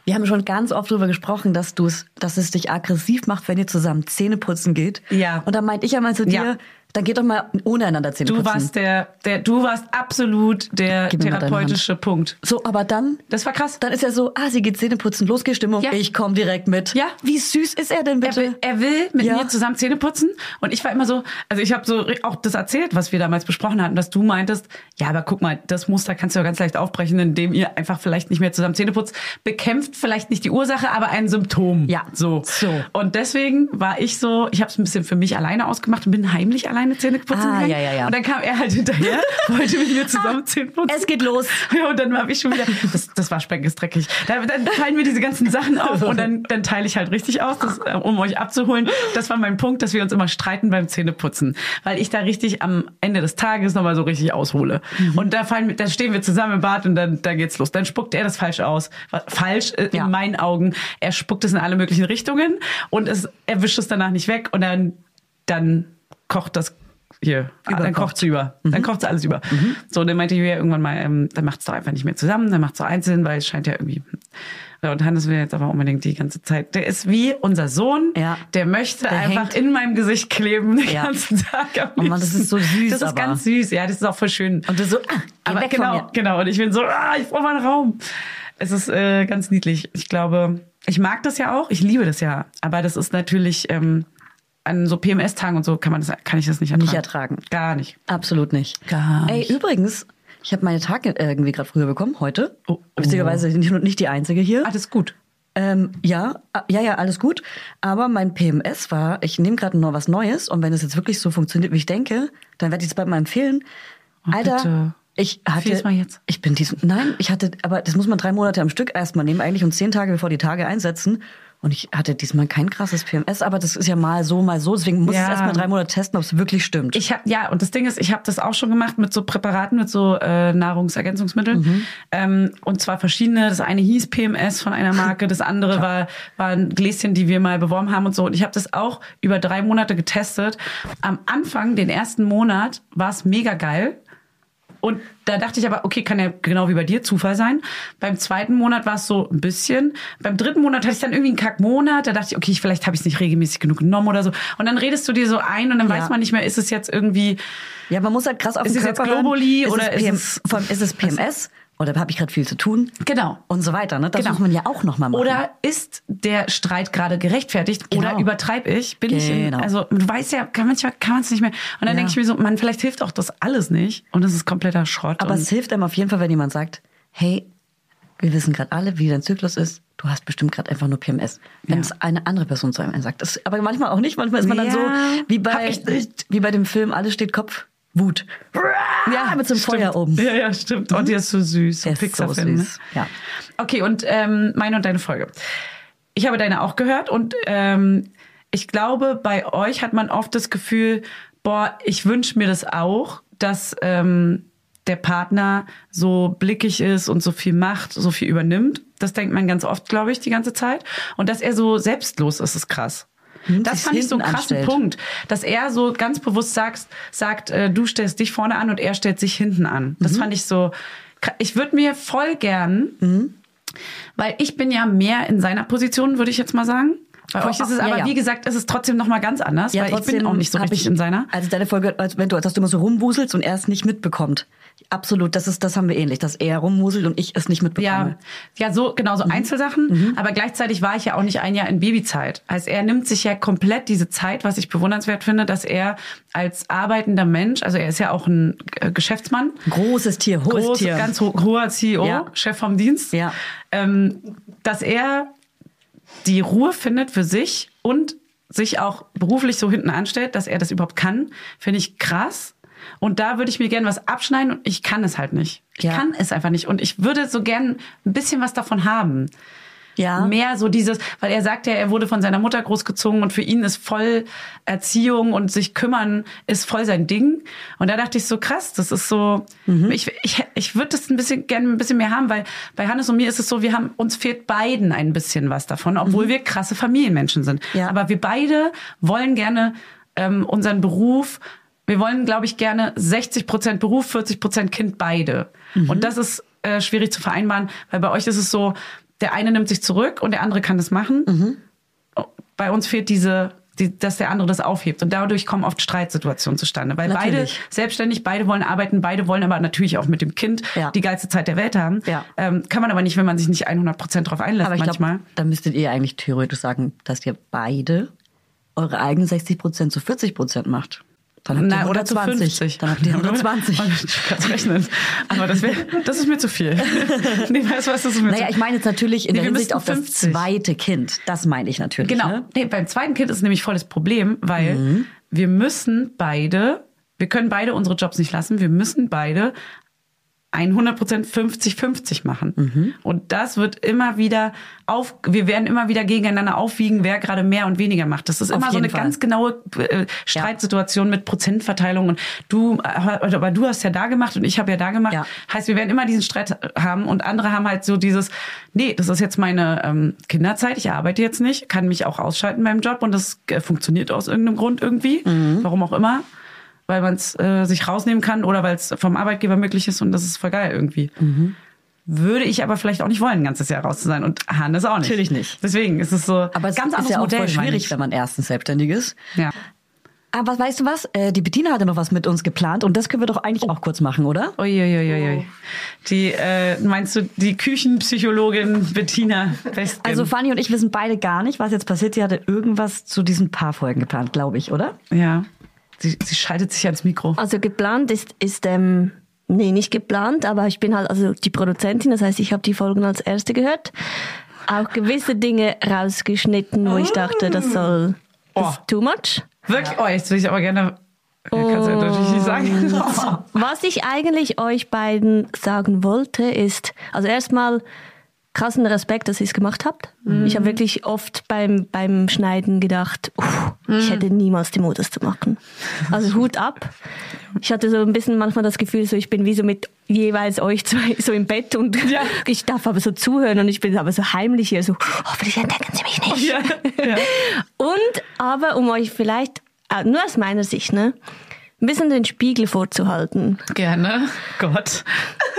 Speaker 1: wir haben schon ganz oft darüber gesprochen, dass du es dass es dich aggressiv macht, wenn ihr zusammen Zähne putzen geht.
Speaker 2: Ja.
Speaker 1: Und dann meinte ich ja mal zu dir,
Speaker 2: Ja.
Speaker 1: dann geht doch mal ohne einander Zähne
Speaker 2: Du
Speaker 1: putzen.
Speaker 2: warst der, der, du warst absolut der
Speaker 1: Gib mir mal deine
Speaker 2: therapeutische Punkt.
Speaker 1: so, aber dann,
Speaker 2: Das war krass.
Speaker 1: dann ist er so, ah, sie geht Zähne putzen, los geht's Stimmung,
Speaker 2: Ja.
Speaker 1: ich komm direkt mit.
Speaker 2: Ja.
Speaker 1: Wie süß ist er denn
Speaker 2: Er
Speaker 1: bitte?
Speaker 2: will, er will mit
Speaker 1: Ja.
Speaker 2: mir zusammen Zähne putzen und ich war immer so, also ich habe so ri- auch das erzählt, was wir damals besprochen hatten, dass du meintest, ja, aber guck mal, das Muster kannst du ja ganz leicht aufbrechen, indem ihr einfach vielleicht nicht mehr zusammen Zähne putzt, bekämpft vielleicht nicht die Ursache, aber ein Symptom.
Speaker 1: Ja.
Speaker 2: so.
Speaker 1: So.
Speaker 2: Und deswegen war ich so, ich habe es ein bisschen für mich alleine ausgemacht und bin heimlich alleine Zähne putzen
Speaker 1: Ah,
Speaker 2: gegangen.
Speaker 1: ja, ja, ja.
Speaker 2: Und dann kam er halt hinterher, wollte mit mir zusammen Zähne putzen.
Speaker 1: Es geht los.
Speaker 2: Ja, und dann habe ich schon wieder, das, das war speckesdreckig. Da, dann teilen wir diese ganzen Sachen auf und dann, dann teile ich halt richtig aus, das, äh, um euch abzuholen. Das war mein Punkt, dass wir uns immer streiten beim Zähneputzen, weil ich da richtig am Ende des Tages nochmal so richtig aushole.
Speaker 1: Mhm.
Speaker 2: Und da, fallen, da stehen wir zusammen im Bad und dann, dann geht's los. Dann spuckt er das falsch aus. Wa- Falsch äh,
Speaker 1: Ja.
Speaker 2: in meinen Augen. Er spuckt es in alle möglichen Richtungen und es, er wischt es danach nicht weg und dann, dann kocht das hier, Ah, dann
Speaker 1: Überkocht.
Speaker 2: kocht kocht's über.
Speaker 1: Mhm.
Speaker 2: Dann kocht's alles über. So, dann meinte Julia irgendwann mal, ähm, dann macht's doch einfach nicht mehr zusammen, dann macht's doch einzeln, weil es scheint ja irgendwie. Ja, und Hannes will jetzt aber unbedingt die ganze Zeit. Der ist wie unser Sohn.
Speaker 1: Ja.
Speaker 2: Der möchte
Speaker 1: Der
Speaker 2: einfach
Speaker 1: hängt-
Speaker 2: in meinem Gesicht kleben den
Speaker 1: Ja.
Speaker 2: ganzen Tag. Am
Speaker 1: Oh Mann, das
Speaker 2: liebsten.
Speaker 1: ist so süß,
Speaker 2: Das ist
Speaker 1: aber-
Speaker 2: ganz süß. Ja, das ist auch voll schön.
Speaker 1: Und du so, ah, geh
Speaker 2: aber
Speaker 1: weg von
Speaker 2: genau,
Speaker 1: mir.
Speaker 2: genau. Und ich bin so, ah, ich brauche meinen Raum. Es ist äh, ganz niedlich. Ich glaube, ich mag das ja auch. Ich liebe das ja. Aber das ist natürlich ähm, an so PMS-Tagen und so kann man das, kann ich das nicht ertragen.
Speaker 1: Nicht ertragen.
Speaker 2: Gar nicht.
Speaker 1: Absolut nicht.
Speaker 2: Gar
Speaker 1: Ey,
Speaker 2: nicht.
Speaker 1: übrigens, ich habe meine Tage irgendwie gerade früher bekommen, heute.
Speaker 2: Oh, oh.
Speaker 1: Witzigerweise nicht, nicht die einzige hier.
Speaker 2: Alles gut.
Speaker 1: Ähm, ja, ah, ja, ja, alles gut. Aber mein PMS war, ich nehme gerade noch was Neues und wenn es jetzt wirklich so funktioniert, wie ich denke, dann werde ich es bald mal empfehlen. Alter,
Speaker 2: Oh, bitte.
Speaker 1: ich hatte.
Speaker 2: Empfiehl's mal jetzt.
Speaker 1: Ich bin diesem. Nein, ich hatte, aber das muss man drei Monate am Stück erstmal nehmen, eigentlich und zehn Tage bevor die Tage einsetzen. Und ich hatte diesmal kein krasses PMS, aber das ist ja mal so, mal so. Deswegen muss ich es
Speaker 2: Ja.
Speaker 1: erstmal drei Monate testen, ob es wirklich stimmt.
Speaker 2: Ich habe ja und das Ding ist, ich habe das auch schon gemacht mit so Präparaten, mit so äh, Nahrungsergänzungsmitteln ähm, und zwar verschiedene. Das eine hieß PMS von einer Marke, das andere war war ein Gläschen, die wir mal beworben haben und so. Und ich habe das auch über drei Monate getestet. Am Anfang, den ersten Monat, war es mega geil. Und da dachte ich aber, okay, kann ja genau wie bei dir Zufall sein. Beim zweiten Monat war es so ein bisschen. Beim dritten Monat hatte ich dann irgendwie einen Kackmonat. Da dachte ich, okay, ich, vielleicht habe ich es nicht regelmäßig genug genommen oder so. Und dann redest du dir so ein und dann
Speaker 1: Ja.
Speaker 2: weiß man nicht mehr, ist es jetzt irgendwie
Speaker 1: Ja, man muss halt krass auf
Speaker 2: Ist
Speaker 1: den
Speaker 2: es jetzt
Speaker 1: Körper hören.
Speaker 2: Globuli oder
Speaker 1: ist
Speaker 2: ist
Speaker 1: PM,
Speaker 2: es-
Speaker 1: vor allem ist es PMS oder habe ich gerade viel zu tun
Speaker 2: genau.
Speaker 1: und so weiter. Ne? Das muss man ja auch nochmal machen.
Speaker 2: Oder ist der Streit gerade gerechtfertigt
Speaker 1: Genau.
Speaker 2: oder übertreibe ich? Bin ich in,
Speaker 1: Genau.
Speaker 2: also du weißt ja, kann, manchmal kann man es nicht mehr. Und dann
Speaker 1: Ja.
Speaker 2: denke ich mir so, man, vielleicht hilft auch das alles nicht. Und das ist kompletter Schrott.
Speaker 1: Aber
Speaker 2: und
Speaker 1: es hilft einem auf jeden Fall, wenn jemand sagt, hey, wir wissen gerade alle, wie dein Zyklus ist. Du hast bestimmt gerade einfach nur PMS. Wenn
Speaker 2: Ja.
Speaker 1: es eine andere Person zu einem sagt. Das, aber manchmal auch nicht. Manchmal ist man dann
Speaker 2: Ja.
Speaker 1: so wie
Speaker 2: Hab
Speaker 1: bei,
Speaker 2: ich nicht.
Speaker 1: wie bei dem Film Alles steht Kopf, Wut. Ja, Ah, mit so einem
Speaker 2: stimmt.
Speaker 1: Feuer oben. Mhm.
Speaker 2: Ja, ja, stimmt. Und die ist so süß.
Speaker 1: Der ist so
Speaker 2: Pixar-Film, ne?
Speaker 1: süß, ja.
Speaker 2: Okay, und ähm, meine und deine Folge. Ich habe deine auch gehört und ähm, ich glaube, bei euch hat man oft das Gefühl, boah, ich wünsche mir das auch, dass ähm, der Partner so blickig ist und so viel macht, so viel übernimmt. Das denkt man ganz oft, glaube ich, die ganze Zeit. Und dass er so selbstlos ist, ist krass. Das
Speaker 1: Hm, sich
Speaker 2: fand ich so einen
Speaker 1: hinten
Speaker 2: krassen
Speaker 1: anstellt.
Speaker 2: Punkt. Punkt, dass er so ganz bewusst sagt, sagt äh, du stellst dich vorne an und er stellt sich hinten an.
Speaker 1: Mhm.
Speaker 2: Das fand ich so, kr- ich würde mir voll gern,
Speaker 1: Mhm.
Speaker 2: weil ich bin ja mehr in seiner Position, würde ich jetzt mal sagen. Bei
Speaker 1: Vor-
Speaker 2: euch ist es
Speaker 1: Oh, ja,
Speaker 2: aber,
Speaker 1: ja.
Speaker 2: wie gesagt, ist es trotzdem nochmal ganz anders, weil ich bin
Speaker 1: trotzdem
Speaker 2: auch nicht so
Speaker 1: hab
Speaker 2: richtig
Speaker 1: ich-
Speaker 2: in seiner.
Speaker 1: Also deine Folge, als wenn du, dass du immer so rumwuselst und er es nicht mitbekommt. Absolut, das ist, das haben wir ähnlich, dass er rumwuselt und ich es nicht mitbekomme.
Speaker 2: Ja, ja, so genau
Speaker 1: Mhm.
Speaker 2: so Einzelsachen. Aber gleichzeitig war ich ja auch nicht ein Jahr in Babyzeit. Also er nimmt sich ja komplett diese Zeit, was ich bewundernswert finde, dass er als arbeitender Mensch, also er ist ja auch ein äh, Geschäftsmann,
Speaker 1: Großes Tier, hohes
Speaker 2: Groß,
Speaker 1: Tier.
Speaker 2: ganz ho hoher CEO,
Speaker 1: Ja.
Speaker 2: Chef vom Dienst,
Speaker 1: Ja.
Speaker 2: ähm, dass er die Ruhe findet für sich und sich auch beruflich so hinten anstellt, dass er das überhaupt kann, finde ich krass. Und da würde ich mir gerne was abschneiden und ich kann es halt nicht. Ich
Speaker 1: Ja.
Speaker 2: kann es einfach nicht. Und ich würde so gern ein bisschen was davon haben
Speaker 1: ja.
Speaker 2: mehr so dieses, weil er sagt ja, er wurde von seiner Mutter großgezogen und für ihn ist voll Erziehung und sich kümmern ist voll sein Ding. Und da dachte ich so krass, das ist so,
Speaker 1: Mhm.
Speaker 2: ich, ich, ich würde das ein bisschen gerne ein bisschen mehr haben, weil bei Hannes und mir ist es so, wir haben, uns fehlt beiden ein bisschen was davon, obwohl wir krasse Familienmenschen sind.
Speaker 1: Mhm. Ja.
Speaker 2: Aber wir beide wollen gerne ähm, unseren Beruf, wir wollen, glaube ich, gerne 60 Prozent Beruf, 40 Prozent Kind beide.
Speaker 1: Mhm.
Speaker 2: Und das ist äh,
Speaker 1: Mhm.
Speaker 2: schwierig zu vereinbaren, weil bei euch ist es so, der eine nimmt sich zurück und der andere kann das machen. Oh, Bei uns fehlt diese, die, dass der andere das aufhebt. Und dadurch kommen oft Streitsituationen zustande. Weil beide
Speaker 1: Natürlich.
Speaker 2: selbstständig, beide wollen arbeiten, beide wollen aber natürlich auch mit dem Kind
Speaker 1: Ja.
Speaker 2: die geilste Zeit der Welt haben.
Speaker 1: Ja.
Speaker 2: Ähm, kann man aber nicht, wenn man sich nicht 100 Prozent drauf einlässt
Speaker 1: Aber ich
Speaker 2: Äh, manchmal.
Speaker 1: glaube, da müsstet ihr eigentlich theoretisch sagen, dass ihr beide eure eigenen 60 Prozent zu 40 Prozent macht. Dann habt ihr
Speaker 2: Na, oder zu
Speaker 1: 120.
Speaker 2: 50.
Speaker 1: Dann habt ihr 120.
Speaker 2: Man kann's rechnen. Aber das, wär, das ist mir zu viel. nee, weißt du was, das ist mir
Speaker 1: Naja,
Speaker 2: zu
Speaker 1: ich meine jetzt natürlich in
Speaker 2: Nee,
Speaker 1: der
Speaker 2: wir
Speaker 1: Hinsicht
Speaker 2: müssten
Speaker 1: auf das
Speaker 2: 50.
Speaker 1: zweite Kind. Das meine ich natürlich.
Speaker 2: Genau.
Speaker 1: Ne?
Speaker 2: Nee, beim zweiten Kind ist nämlich voll das Problem, weil wir müssen beide, wir können beide unsere Jobs nicht lassen, wir müssen beide 100% 50-50 machen. Und das wird immer wieder auf, wir werden immer wieder gegeneinander aufwiegen, wer gerade mehr und weniger macht. Das ist
Speaker 1: Auf
Speaker 2: immer so
Speaker 1: jeden
Speaker 2: eine
Speaker 1: Fall.
Speaker 2: ganz genaue äh, Streitsituation mit Prozentverteilung und du, äh, aber du hast ja da gemacht und ich habe ja da gemacht.
Speaker 1: Ja.
Speaker 2: Heißt, wir werden immer diesen Streit haben und andere haben halt so dieses, nee, das ist jetzt meine ähm, Kinderzeit, ich arbeite jetzt nicht, kann mich auch ausschalten beim Job und das äh, funktioniert aus irgendeinem Grund irgendwie,
Speaker 1: Mhm.
Speaker 2: warum auch immer, weil man es äh, sich rausnehmen kann oder weil es vom Arbeitgeber möglich ist und das ist voll geil irgendwie.
Speaker 1: Mhm.
Speaker 2: Würde ich aber vielleicht auch nicht wollen, ein ganzes Jahr raus zu sein. Und Hannes auch nicht.
Speaker 1: Natürlich nicht.
Speaker 2: Deswegen ist es so
Speaker 1: Aber es ist
Speaker 2: ganz anderes
Speaker 1: ja auch
Speaker 2: Modell.
Speaker 1: voll
Speaker 2: meine
Speaker 1: schwierig,
Speaker 2: ich.
Speaker 1: wenn man erstens selbstständig ist.
Speaker 2: Ja.
Speaker 1: Aber weißt du was? Äh, die Bettina hatte noch was mit uns geplant und das können wir doch eigentlich
Speaker 2: Oh.
Speaker 1: auch kurz machen, oder?
Speaker 2: Uiuiuiui. Die, äh, meinst du, die Küchenpsychologin Bettina Westgen?
Speaker 1: Also Fanny und ich wissen beide gar nicht, was jetzt passiert. Sie hatte irgendwas zu diesen paar Folgen geplant, glaube ich, oder?
Speaker 2: ja. Sie, sie schaltet sich ans Mikro.
Speaker 6: Also geplant ist, ist ähm, nee, nicht geplant, aber ich bin halt also die Produzentin, das heißt, ich habe die Folgen als erste gehört. Auch gewisse Dinge rausgeschnitten, wo ich dachte, das soll das ist too much.
Speaker 2: Wirklich? Oh, jetzt will ich aber gerne. Kannst du ja natürlich nicht sagen.
Speaker 6: Was ich eigentlich euch beiden sagen wollte, ist, also erstmal krassen Respekt, dass ihr es gemacht habt. Ich habe wirklich oft beim, beim Schneiden gedacht, uff, ich hätte niemals den Mut, das zu machen. Also Hut ab. Ich hatte so ein bisschen manchmal das Gefühl, so ich bin wie so mit jeweils euch zwei so im Bett und ich darf aber so zuhören und ich bin aber so heimlich hier, so hoffentlich entdecken sie mich nicht.
Speaker 2: ja. ja.
Speaker 6: Und aber um euch vielleicht, ah, nur aus meiner Sicht, ne, ein bisschen den Spiegel vorzuhalten.
Speaker 2: Gerne. Gott.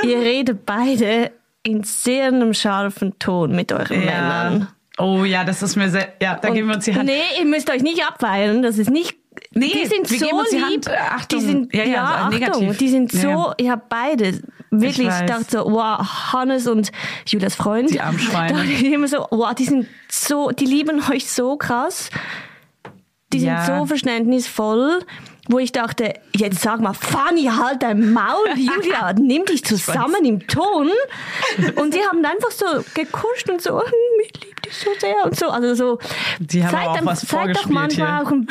Speaker 6: Ihr redet beide in sehr einem scharfen Ton mit euren Männern.
Speaker 2: Oh ja, das ist mir sehr. Ja, da
Speaker 6: Und
Speaker 2: geben wir uns die Hand.
Speaker 6: Nee, ihr müsst euch nicht abweilen. Das ist nicht.
Speaker 2: Nee,
Speaker 6: die sind
Speaker 2: wir
Speaker 6: so
Speaker 2: geben uns die
Speaker 6: lieb.
Speaker 2: Hand. Äh, Achtung.
Speaker 6: Die sind,
Speaker 2: Ja,
Speaker 6: ja,
Speaker 2: ja, also
Speaker 6: Achtung.
Speaker 2: negativ.
Speaker 6: Die sind so,
Speaker 2: Ja, ja.
Speaker 6: ihr habt beide
Speaker 2: Ich
Speaker 6: wirklich, ich,
Speaker 2: weiß.
Speaker 6: dachte so, wow, Hannes und Julias Freund.
Speaker 2: Die armen Schweine.
Speaker 6: Da dachte ich immer so, wow, die sind so, die lieben euch so krass. Die
Speaker 2: Ja.
Speaker 6: sind so verständnisvoll, wo ich dachte, jetzt sag mal, Fanny, halt dein Maul, Julia, nimm dich zusammen im Ton. Und die haben einfach so gekuscht und so, hm, ich liebe dich so sehr und so. Also so,
Speaker 2: Die haben aber auch
Speaker 6: einem-
Speaker 2: was
Speaker 6: seid doch
Speaker 2: vorgespielt
Speaker 6: manchmal
Speaker 2: hier.
Speaker 6: auch ein,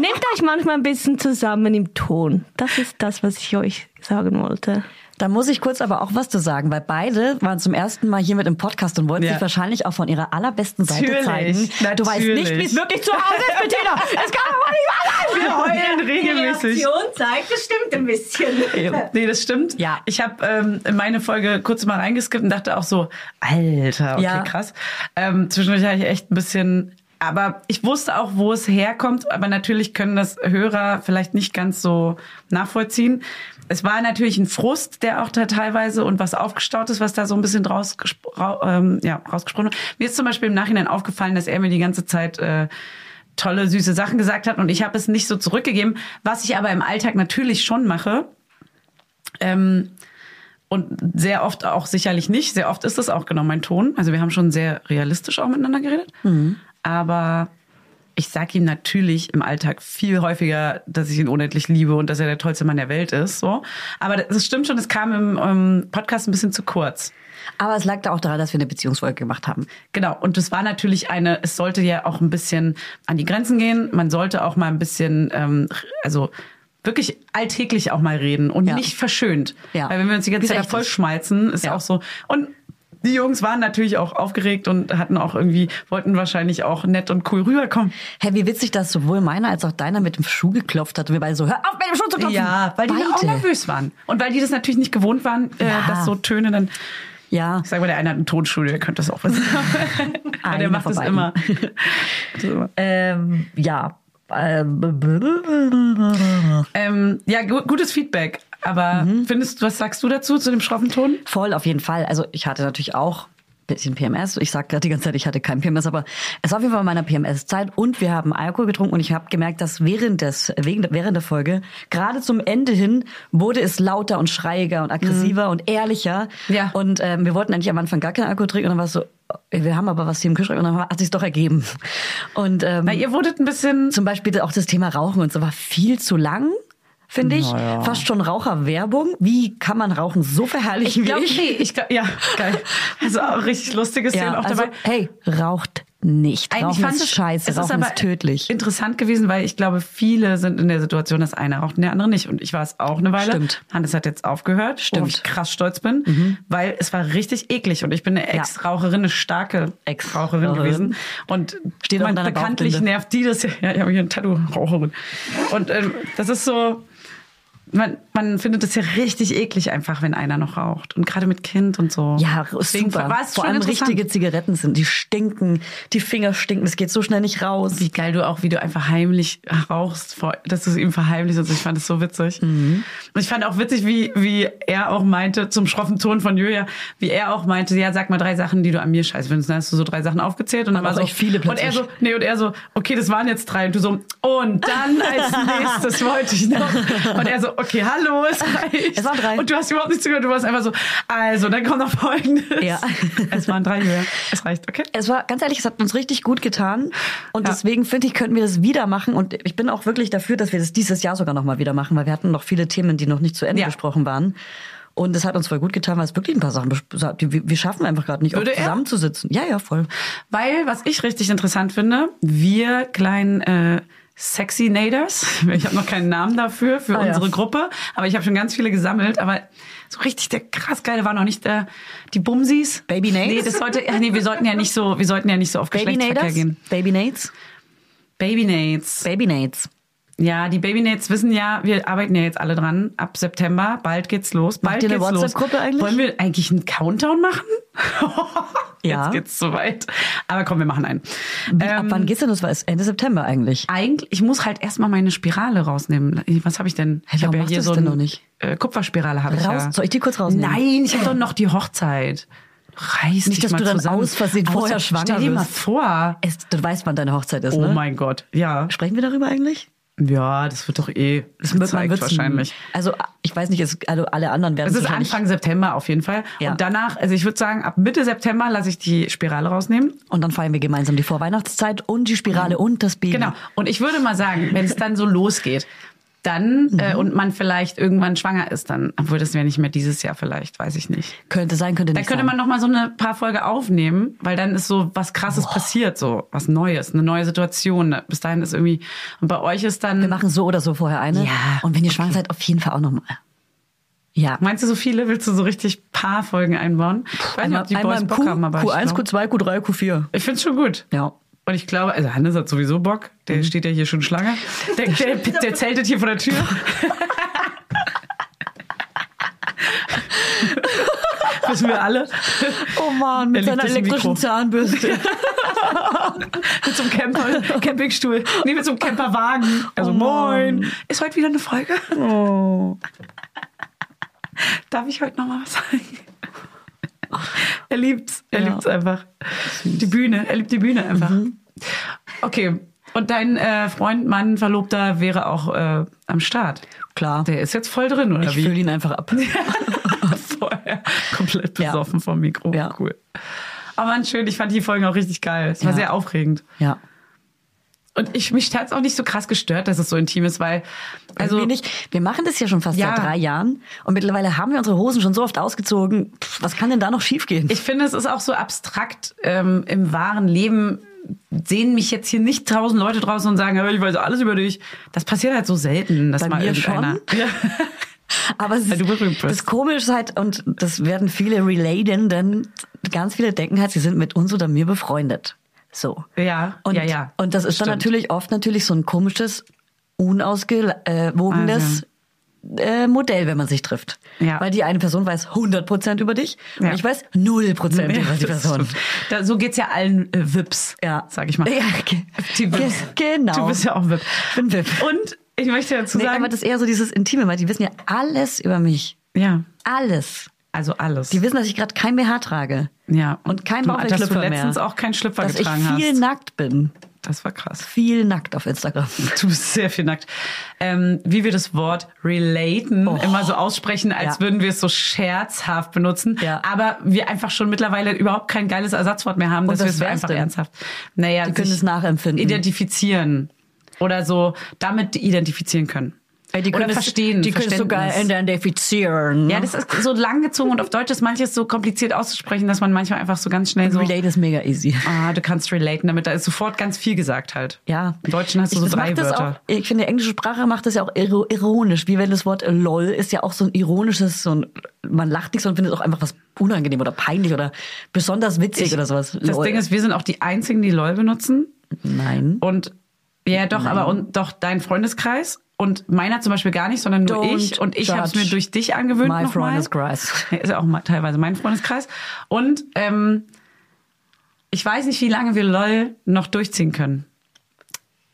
Speaker 6: nehmt euch manchmal ein bisschen zusammen im Ton. Das ist das, was ich euch sagen wollte.
Speaker 1: Da muss ich kurz aber auch was zu sagen, weil beide waren zum ersten Mal hier mit im Podcast und wollten
Speaker 2: Ja.
Speaker 1: sich wahrscheinlich auch von ihrer allerbesten Seite
Speaker 2: Natürlich,
Speaker 1: zeigen. Du weißt
Speaker 2: natürlich.
Speaker 1: nicht, wie es wirklich zu Hause ist, Bettina. Es kann aber nicht
Speaker 2: Wir
Speaker 1: anders.
Speaker 2: heulen regelmäßig.
Speaker 6: zeigt bestimmt ein bisschen.
Speaker 2: Nee, das stimmt.
Speaker 1: Ja.
Speaker 2: Ich habe ähm, in meine Folge kurz mal reingeskippt und dachte auch so, Alter, okay,
Speaker 1: Ja.
Speaker 2: krass. Ähm, zwischendurch hatte ich echt ein bisschen. Aber ich wusste auch, wo es herkommt. Aber natürlich können das Hörer vielleicht nicht ganz so nachvollziehen. Es war natürlich ein Frust, der auch da teilweise und was aufgestaut ist, was da so ein bisschen draus gespro- ra- ähm, ja, rausgesprochen hat. Mir ist zum Beispiel im Nachhinein aufgefallen, dass er mir die ganze Zeit äh, tolle, süße Sachen gesagt hat und ich habe es nicht so zurückgegeben. Was ich aber im Alltag natürlich schon mache, ähm, und sehr oft auch sicherlich nicht. Sehr oft ist das auch genau mein Ton. Also wir haben schon sehr realistisch auch miteinander geredet. Aber ich sag ihm natürlich im Alltag viel häufiger, dass ich ihn unendlich liebe und dass er der tollste Mann der Welt ist. So. Aber das stimmt schon, es kam im ähm, Podcast ein bisschen zu kurz.
Speaker 1: Aber es lag da auch daran, dass wir eine Beziehungsfolge gemacht haben.
Speaker 2: Genau, und es war natürlich eine, es sollte ja auch ein bisschen an die Grenzen gehen. Man sollte auch mal ein bisschen, ähm, also wirklich alltäglich auch mal reden und
Speaker 1: Ja.
Speaker 2: nicht verschönt.
Speaker 1: Ja.
Speaker 2: Weil wenn wir uns die ganze
Speaker 1: Wie's
Speaker 2: Zeit da
Speaker 1: echt
Speaker 2: voll
Speaker 1: ist.
Speaker 2: schmalzen, ist
Speaker 1: Ja.
Speaker 2: auch so. Und die Jungs waren natürlich auch aufgeregt und hatten auch irgendwie, wollten wahrscheinlich auch nett und cool rüberkommen.
Speaker 1: Hey, wie witzig, dass sowohl meiner als auch deiner mit dem Schuh geklopft hat und wir beide so, hör auf mit dem Schuh zu klopfen.
Speaker 2: weil die
Speaker 1: beide.
Speaker 2: auch nervös waren. Und weil die das natürlich nicht gewohnt waren, äh,
Speaker 1: Ja.
Speaker 2: dass so Töne dann.
Speaker 1: Ja,
Speaker 2: Ich sag mal, der eine hat einen Tonstudio, der könnte das auch wissen. Aber
Speaker 1: Einer
Speaker 2: der macht
Speaker 1: von
Speaker 2: das
Speaker 1: beiden.
Speaker 2: immer. Das immer.
Speaker 1: ähm, ja. Ähm,
Speaker 2: Ähm, ja, gu gutes Feedback.
Speaker 1: Mhm.
Speaker 2: Aber findest du, was sagst du dazu zu dem schroffen Ton?
Speaker 1: Voll, auf jeden Fall. Also ich hatte natürlich auch bisschen PMS. Ich sag gerade die ganze Zeit, ich hatte kein PMS, aber es war auf jeden Fall meiner PMS-Zeit und wir haben Alkohol getrunken und ich habe gemerkt, dass während des wegen, während der Folge gerade zum Ende hin wurde es lauter und schreiiger und aggressiver und ehrlicher.
Speaker 2: Ja.
Speaker 1: Und ähm, wir wollten eigentlich am Anfang gar keinen Alkohol trinken und dann war es so, äh, wir haben aber was hier im Kühlschrank und dann hat sich's doch ergeben. Und ähm,
Speaker 2: Na, ihr wurdet ein bisschen.
Speaker 1: zum Beispiel auch das Thema Rauchen und so war viel zu lang. Finde ich. Fast schon Raucherwerbung. Wie kann man Rauchen so verherrlichen wie ich?
Speaker 2: nee, ich glaube, ja, geil. Also auch richtig lustige Szenen auch
Speaker 1: also,
Speaker 2: dabei.
Speaker 1: Hey, raucht nicht. Rauchen ist scheiße,
Speaker 2: es
Speaker 1: Rauchen ist, tödlich.
Speaker 2: interessant gewesen, weil ich glaube, viele sind in der Situation, dass einer raucht und der andere nicht. Und ich war es auch eine Weile.
Speaker 1: Stimmt.
Speaker 2: Hannes hat jetzt aufgehört, worauf
Speaker 1: Stimmt. Mhm.
Speaker 2: ich krass stolz bin, weil es war richtig eklig. Und ich bin eine Ex-Raucherin, eine starke Ex-Raucherin
Speaker 1: Ex-Raucherin.
Speaker 2: gewesen. Und
Speaker 1: Steht auch in
Speaker 2: man
Speaker 1: deiner
Speaker 2: bekanntlich
Speaker 1: Bauchbinde.
Speaker 2: nervt die das. Ja, ich habe hier ein Tattoo, Raucherin. Und ähm, das ist so... Man, man findet es ja richtig eklig einfach, wenn einer noch raucht. Und gerade mit Kind und so.
Speaker 1: Ja,
Speaker 2: Deswegen
Speaker 1: super.
Speaker 2: war es
Speaker 1: Vor
Speaker 2: schon
Speaker 1: allem
Speaker 2: interessant.
Speaker 1: richtige Zigaretten sind, die stinken, die Finger stinken, es geht so schnell nicht raus.
Speaker 2: Wie geil du auch, wie du einfach heimlich rauchst, vor- dass du es ihm verheimlichst. Also ich fand es so witzig.
Speaker 1: Mhm.
Speaker 2: Und ich fand auch witzig, wie, wie er auch meinte, zum schroffen Ton von Julia, wie er auch meinte, ja, sag mal drei Sachen, die du an mir scheiße findest. Dann hast du so drei Sachen aufgezählt und dann
Speaker 1: Aber
Speaker 2: war so
Speaker 1: auch echt viele
Speaker 2: Und er
Speaker 1: plötzlich.
Speaker 2: so, nee, und er so, okay, das waren jetzt drei. Und du so, und dann als nächstes wollte ich noch. Und er so, okay, hallo, es reicht.
Speaker 1: Es waren drei.
Speaker 2: Und du hast überhaupt nichts gehört. Du warst einfach so, also, dann kommt noch folgendes.
Speaker 1: Ja.
Speaker 2: Es waren drei, Julia. Es reicht, okay.
Speaker 1: Es war, ganz ehrlich, es hat uns richtig gut getan. Und
Speaker 2: Ja.
Speaker 1: deswegen finde ich, könnten wir das wieder machen. Und ich bin auch wirklich dafür, dass wir das dieses Jahr sogar nochmal wieder machen, weil wir hatten noch viele Themen, die noch nicht zu Ende
Speaker 2: Ja.
Speaker 1: besprochen waren. Und es hat uns voll gut getan, weil es wirklich ein paar Sachen, bes- die wir wir schaffen einfach gerade nicht, auch
Speaker 2: Würde er?
Speaker 1: zusammenzusitzen. Ja, ja, voll.
Speaker 2: Weil, was ich richtig interessant finde, wir kleinen äh, Sexy Naders, ich habe noch keinen Namen dafür, für
Speaker 1: Ah, ja.
Speaker 2: unsere Gruppe, aber ich habe schon ganz viele gesammelt, aber so richtig der krass geile war noch nicht der, die Bumsis.
Speaker 1: Baby Nades?
Speaker 2: Nee, das sollte, ach nee, wir sollten ja nicht so, wir sollten ja nicht so auf
Speaker 1: Baby
Speaker 2: Geschlechtsverkehr
Speaker 1: Naders?
Speaker 2: gehen.
Speaker 1: Baby Nates?
Speaker 2: Baby Nades.
Speaker 1: Baby Nates.
Speaker 2: Ja, die Baby Nades wissen ja, wir arbeiten ja jetzt alle dran, ab September, bald geht's los, bald
Speaker 1: ihr eine
Speaker 2: geht's los.
Speaker 1: WhatsApp-Gruppe eigentlich?
Speaker 2: Wollen wir eigentlich einen Countdown machen?
Speaker 1: Ja.
Speaker 2: Jetzt geht's zu weit. Aber komm, wir machen einen.
Speaker 1: Wie, ab
Speaker 2: Ähm,
Speaker 1: wann geht's denn los? Weil es Ende September eigentlich.
Speaker 2: eigentlich, ich muss halt erstmal meine Spirale rausnehmen. Was habe ich denn?
Speaker 1: Hä,
Speaker 2: ich hab
Speaker 1: warum machst du das
Speaker 2: so
Speaker 1: denn
Speaker 2: ein-
Speaker 1: noch nicht?
Speaker 2: Äh, Kupferspirale habe ich
Speaker 1: Raus-
Speaker 2: ja.
Speaker 1: soll ich die kurz rausnehmen?
Speaker 2: Nein, ich habe doch noch die Hochzeit. Reiß
Speaker 1: Nicht,
Speaker 2: dich
Speaker 1: dass
Speaker 2: mal
Speaker 1: du dann
Speaker 2: zusammen. Also
Speaker 1: aus Versehen vorher schwanger
Speaker 2: Stell dir mal
Speaker 1: wirst.
Speaker 2: vor.
Speaker 1: Es, du weißt, wann deine Hochzeit ist,
Speaker 2: Oh
Speaker 1: ne?
Speaker 2: mein Gott, ja.
Speaker 1: Sprechen wir darüber eigentlich?
Speaker 2: Ja, das wird doch eh das wird
Speaker 1: man
Speaker 2: gezeigt
Speaker 1: wissen.
Speaker 2: wahrscheinlich.
Speaker 1: Also ich weiß nicht, es, also alle anderen werden
Speaker 2: Es ist
Speaker 1: wahrscheinlich-
Speaker 2: Anfang September auf jeden Fall.
Speaker 1: Ja.
Speaker 2: Und danach, also ich würde sagen, ab Mitte September lasse ich die Spirale rausnehmen.
Speaker 1: Und dann feiern wir gemeinsam die Vorweihnachtszeit und die Spirale und das Baby.
Speaker 2: Genau. Und ich würde mal sagen, wenn es dann so losgeht, dann
Speaker 1: Mhm.
Speaker 2: äh, und man vielleicht irgendwann schwanger ist, dann, obwohl das wäre nicht mehr dieses Jahr vielleicht, weiß ich nicht.
Speaker 1: Könnte sein, könnte
Speaker 2: Dann
Speaker 1: nicht
Speaker 2: könnte
Speaker 1: sein.
Speaker 2: man noch mal so eine paar Folge aufnehmen, weil dann ist so was Krasses passiert, so was Neues, eine neue Situation. Bis dahin ist irgendwie und bei euch ist dann.
Speaker 1: wir machen so oder so vorher eine.
Speaker 2: Ja,
Speaker 1: Und wenn ihr schwanger seid, auf jeden Fall auch nochmal. Ja.
Speaker 2: Meinst du so viele? Willst du so richtig paar Folgen einbauen? Ich weiß nicht, ob die Boys Bock haben, aber ich, glaub-
Speaker 1: Q2, Q3, Q4.
Speaker 2: ich finde es schon gut.
Speaker 1: Ja.
Speaker 2: Und ich glaube, also Hannes hat sowieso Bock. Der steht ja hier schon Schlange. Der, der, der zeltet hier vor der Tür. Wissen wir alle.
Speaker 1: Oh Mann, mit
Speaker 2: Der liebt
Speaker 1: seiner
Speaker 2: das
Speaker 1: elektrischen
Speaker 2: Mikro.
Speaker 1: Zahnbürste.
Speaker 2: Mit so einem Camper, Campingstuhl. Nee, mit so einem Camperwagen. Also
Speaker 1: Oh Mann. Oh.
Speaker 2: moin. Ist heute wieder eine Folge? Darf ich heute noch mal was sagen? Er liebt's. Er
Speaker 1: Ja. Mhm.
Speaker 2: liebt's einfach. Die Bühne. Er liebt die Bühne einfach. Okay. Und dein äh, Freund, Mann, Verlobter wäre auch äh, am Start.
Speaker 1: Klar.
Speaker 2: Der ist jetzt voll drin, oder
Speaker 1: Ich
Speaker 2: wie?
Speaker 1: fühle ihn einfach ab.
Speaker 2: Vorher komplett
Speaker 1: Ja.
Speaker 2: besoffen vom Mikro.
Speaker 1: Ja.
Speaker 2: Cool. Aber man, schön. Ich fand die Folgen auch richtig geil. Es war
Speaker 1: Ja.
Speaker 2: sehr aufregend.
Speaker 1: Ja.
Speaker 2: Und ich, mich hat's auch nicht so krass gestört, dass es so intim ist, weil,
Speaker 1: Also,
Speaker 2: also,
Speaker 1: wir, nicht, wir machen das ja schon fast
Speaker 2: Ja.
Speaker 1: seit drei Jahren und mittlerweile haben wir unsere Hosen schon so oft ausgezogen. Pff, was kann denn da noch schiefgehen?
Speaker 2: ich finde, es ist auch so abstrakt ähm, im wahren Leben. Sehen mich jetzt hier nicht tausend Leute draußen und sagen, hey, ich weiß alles über dich. Das passiert halt so selten, dass
Speaker 1: Bei
Speaker 2: mal
Speaker 1: mir
Speaker 2: irgendeiner. Ja.
Speaker 1: Aber es
Speaker 2: Weil
Speaker 1: ist,
Speaker 2: du berühmt bist.
Speaker 1: das Komische ist halt, und das werden viele relaten, denn ganz viele denken halt, sie sind mit uns oder mir befreundet. So.
Speaker 2: Ja,
Speaker 1: und,
Speaker 2: ja, ja.
Speaker 1: Und das ist dann
Speaker 2: Stimmt.
Speaker 1: natürlich oft natürlich so ein komisches, unausgewogenes äh, Modell, wenn man sich trifft.
Speaker 2: Also. Ja.
Speaker 1: Weil die eine Person weiß 100% über dich
Speaker 2: Ja.
Speaker 1: und ich weiß 0%
Speaker 2: Ja,
Speaker 1: über die
Speaker 2: das
Speaker 1: Person.
Speaker 2: stimmt. Da, so geht's ja allen äh, Wips,
Speaker 1: Ja.
Speaker 2: sag ich mal. Also
Speaker 1: Ja, ge-
Speaker 2: Die
Speaker 1: ge-
Speaker 2: Wips.
Speaker 1: genau.
Speaker 2: Du bist ja auch ein Wip.
Speaker 1: Ich bin Wip.
Speaker 2: Und ich möchte dazu
Speaker 1: Nee,
Speaker 2: sagen,
Speaker 1: aber das ist eher so dieses Intime, weil die wissen ja alles über mich.
Speaker 2: ja,
Speaker 1: Alles.
Speaker 2: Also alles.
Speaker 1: Die wissen, dass ich gerade kein BH trage.
Speaker 2: ja.
Speaker 1: Und kein
Speaker 2: du- Dass du
Speaker 1: Bauchwellschlüpfer mehr.
Speaker 2: letztens auch keinen Schlüpfer
Speaker 1: Dass ich
Speaker 2: getragen
Speaker 1: viel
Speaker 2: hast.
Speaker 1: nackt bin.
Speaker 2: Das war krass.
Speaker 1: Viel nackt auf Instagram.
Speaker 2: Du bist sehr viel nackt. Ähm, wie wir das Wort relaten immer so aussprechen, als
Speaker 1: Oh. Ja.
Speaker 2: würden wir es so scherzhaft benutzen.
Speaker 1: Ja.
Speaker 2: Aber wir einfach schon mittlerweile überhaupt kein geiles Ersatzwort mehr haben, dass wir
Speaker 1: was
Speaker 2: es so
Speaker 1: wär's
Speaker 2: einfach
Speaker 1: denn?
Speaker 2: ernsthaft. Naja,
Speaker 1: Die können
Speaker 2: sich
Speaker 1: es nachempfinden.
Speaker 2: Identifizieren. Oder so damit identifizieren können.
Speaker 1: Ey,
Speaker 2: Oder
Speaker 1: es-
Speaker 2: verstehen.
Speaker 1: Die können es sogar
Speaker 2: Verständnis.
Speaker 1: identifizieren.
Speaker 2: Ja, das ist so langgezogen und auf Deutsch ist manches so kompliziert auszusprechen, dass man manchmal einfach so ganz schnell so.
Speaker 1: Relate ist mega easy.
Speaker 2: Ah, du kannst relaten damit. Da ist sofort ganz viel gesagt halt.
Speaker 1: Ja.
Speaker 2: Im Deutschen hast du
Speaker 1: Ich-
Speaker 2: so
Speaker 1: das
Speaker 2: drei
Speaker 1: macht das
Speaker 2: Wörter.
Speaker 1: Auch, ich finde, die englische Sprache macht das ja auch iro- ironisch. Wie wenn das Wort LOL ist ja auch so ein ironisches, so ein, man lacht nicht, sondern findet auch einfach was unangenehm oder peinlich oder besonders witzig oder sowas.
Speaker 2: Das Ding ist, wir sind auch die Einzigen, die LOL benutzen.
Speaker 1: Nein.
Speaker 2: Und ja, doch, aber und doch dein Freundeskreis und meiner zum Beispiel gar nicht, sondern nur
Speaker 1: Don't
Speaker 2: ich. Und ich habe es mir
Speaker 1: judge
Speaker 2: durch dich angewöhnt.
Speaker 1: my
Speaker 2: nochmal.
Speaker 1: Freundeskreis.
Speaker 2: Ja, Ist ja auch mal teilweise mein Freundeskreis. Und ähm, ich weiß nicht, wie lange wir LOL noch durchziehen können.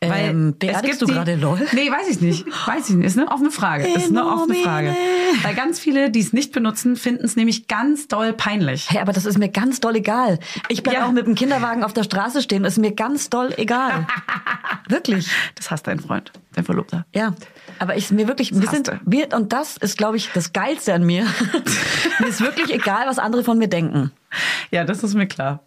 Speaker 2: Weil
Speaker 1: Ähm,
Speaker 2: es
Speaker 1: beerdigst
Speaker 2: gibt
Speaker 1: du
Speaker 2: die-
Speaker 1: gerade LOL?
Speaker 2: Nee, weiß ich nicht. Weiß ich nicht. Ist eine offene Frage. Ist eine offene Frage. Weil ganz viele, die es nicht benutzen, finden es nämlich ganz doll peinlich.
Speaker 1: Hey, aber das ist mir ganz doll egal. Ich bleib
Speaker 2: Ja.
Speaker 1: auch mit dem Kinderwagen auf der Straße stehen, ist mir ganz doll egal. wirklich.
Speaker 2: Das hasst dein Freund, dein Verlobter.
Speaker 1: Ja, aber ich mir wirklich, wir
Speaker 2: hast
Speaker 1: sind,
Speaker 2: du.
Speaker 1: wir, und das ist, glaube ich, das Geilste an mir. mir ist wirklich egal, was andere von mir denken.
Speaker 2: Ja, das ist mir klar.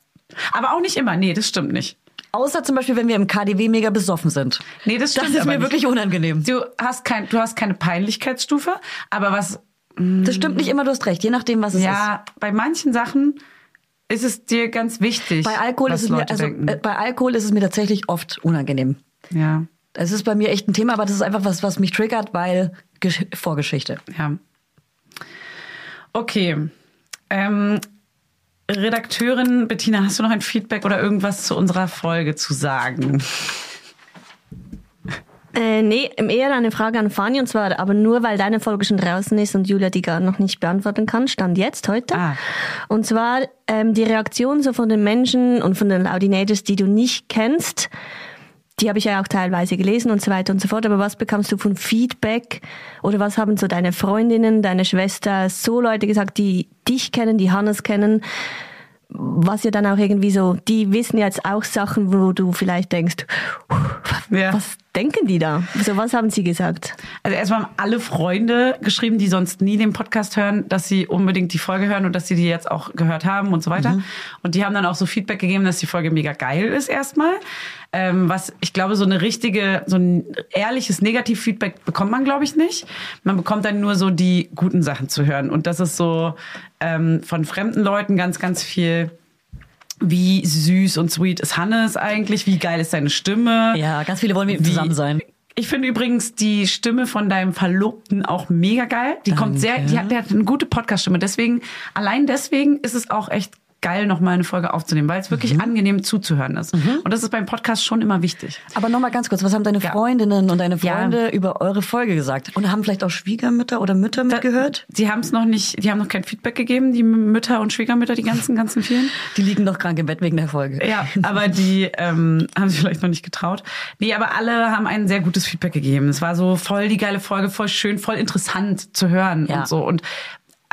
Speaker 2: Aber auch nicht immer. Nee, das stimmt nicht.
Speaker 1: Außer zum Beispiel, wenn wir im KDW mega besoffen sind.
Speaker 2: Nee, das
Speaker 1: Das
Speaker 2: stimmt
Speaker 1: ist
Speaker 2: aber
Speaker 1: mir
Speaker 2: nicht.
Speaker 1: wirklich unangenehm.
Speaker 2: Du hast, kein, du hast keine Peinlichkeitsstufe, aber was
Speaker 1: Das stimmt nicht immer, du hast recht, je nachdem, was es ist.
Speaker 2: Ja, bei manchen Sachen ist es dir ganz wichtig.
Speaker 1: Bei Alkohol,
Speaker 2: was
Speaker 1: ist es
Speaker 2: Leute
Speaker 1: mir, also,
Speaker 2: denken.
Speaker 1: äh, bei Alkohol ist es mir tatsächlich oft unangenehm.
Speaker 2: ja,
Speaker 1: Es ist bei mir echt ein Thema, aber das ist einfach was, was mich triggert, weil Gesch Vorgeschichte.
Speaker 2: ja. Okay. Ähm, Redakteurin Bettina, hast du noch ein Feedback oder irgendwas zu unserer Folge zu sagen?
Speaker 6: Äh, nee, eher eine Frage an Fanny und zwar aber nur, weil deine Folge schon draußen ist und Julia die gar noch nicht beantworten kann, stand jetzt heute.
Speaker 2: Ah.
Speaker 6: Und zwar ähm, die Reaktion so von den Menschen und von den Audinators, die du nicht kennst, die habe ich ja auch teilweise gelesen und so weiter und so fort. Aber was bekamst du von Feedback oder was haben so deine Freundinnen, deine Schwester, so Leute gesagt, die dich kennen, die Hannes kennen? Was ja dann auch irgendwie so, die wissen ja jetzt auch Sachen, wo du vielleicht denkst,
Speaker 2: Ja.
Speaker 6: was denken die da? So, was haben sie gesagt?
Speaker 2: Also erstmal haben alle Freunde geschrieben, die sonst nie den Podcast hören, dass sie unbedingt die Folge hören und dass sie die jetzt auch gehört haben und so weiter. Und die haben dann auch so Feedback gegeben, dass die Folge mega geil ist erstmal. Ähm, was ich glaube, so eine richtige, so ein ehrliches Negativfeedback bekommt man, glaube ich, nicht. Man bekommt dann nur so die guten Sachen zu hören. Und das ist so ähm, von fremden Leuten ganz, ganz viel. Wie süß und sweet ist Hannes eigentlich? Wie geil ist seine Stimme?
Speaker 1: Ja, ganz viele wollen mit ihm zusammen sein.
Speaker 2: Ich finde übrigens die Stimme von deinem Verlobten auch mega geil. Die kommt sehr, die hat, der hat eine gute Podcast-Stimme. Deswegen, allein deswegen ist es auch echt geil, nochmal eine Folge aufzunehmen, weil es wirklich
Speaker 1: Mhm.
Speaker 2: angenehm zuzuhören ist. Und das ist beim Podcast schon immer wichtig.
Speaker 1: Aber nochmal ganz kurz, was haben deine
Speaker 2: Ja.
Speaker 1: Freundinnen und deine
Speaker 2: Ja.
Speaker 1: Freunde über eure Folge gesagt? Und haben vielleicht auch Schwiegermütter oder
Speaker 2: Äh,
Speaker 1: Mütter mitgehört?
Speaker 2: Die haben es noch nicht, die haben noch kein Feedback gegeben, die Mütter und Schwiegermütter, die ganzen, ganzen vielen.
Speaker 1: Die liegen doch krank im Bett wegen der Folge.
Speaker 2: Ja, aber die ähm, haben sich vielleicht noch nicht getraut. Nee, aber alle haben ein sehr gutes Feedback gegeben. Es war so voll die geile Folge, voll schön, voll interessant zu hören
Speaker 1: Ja.
Speaker 2: und so. Und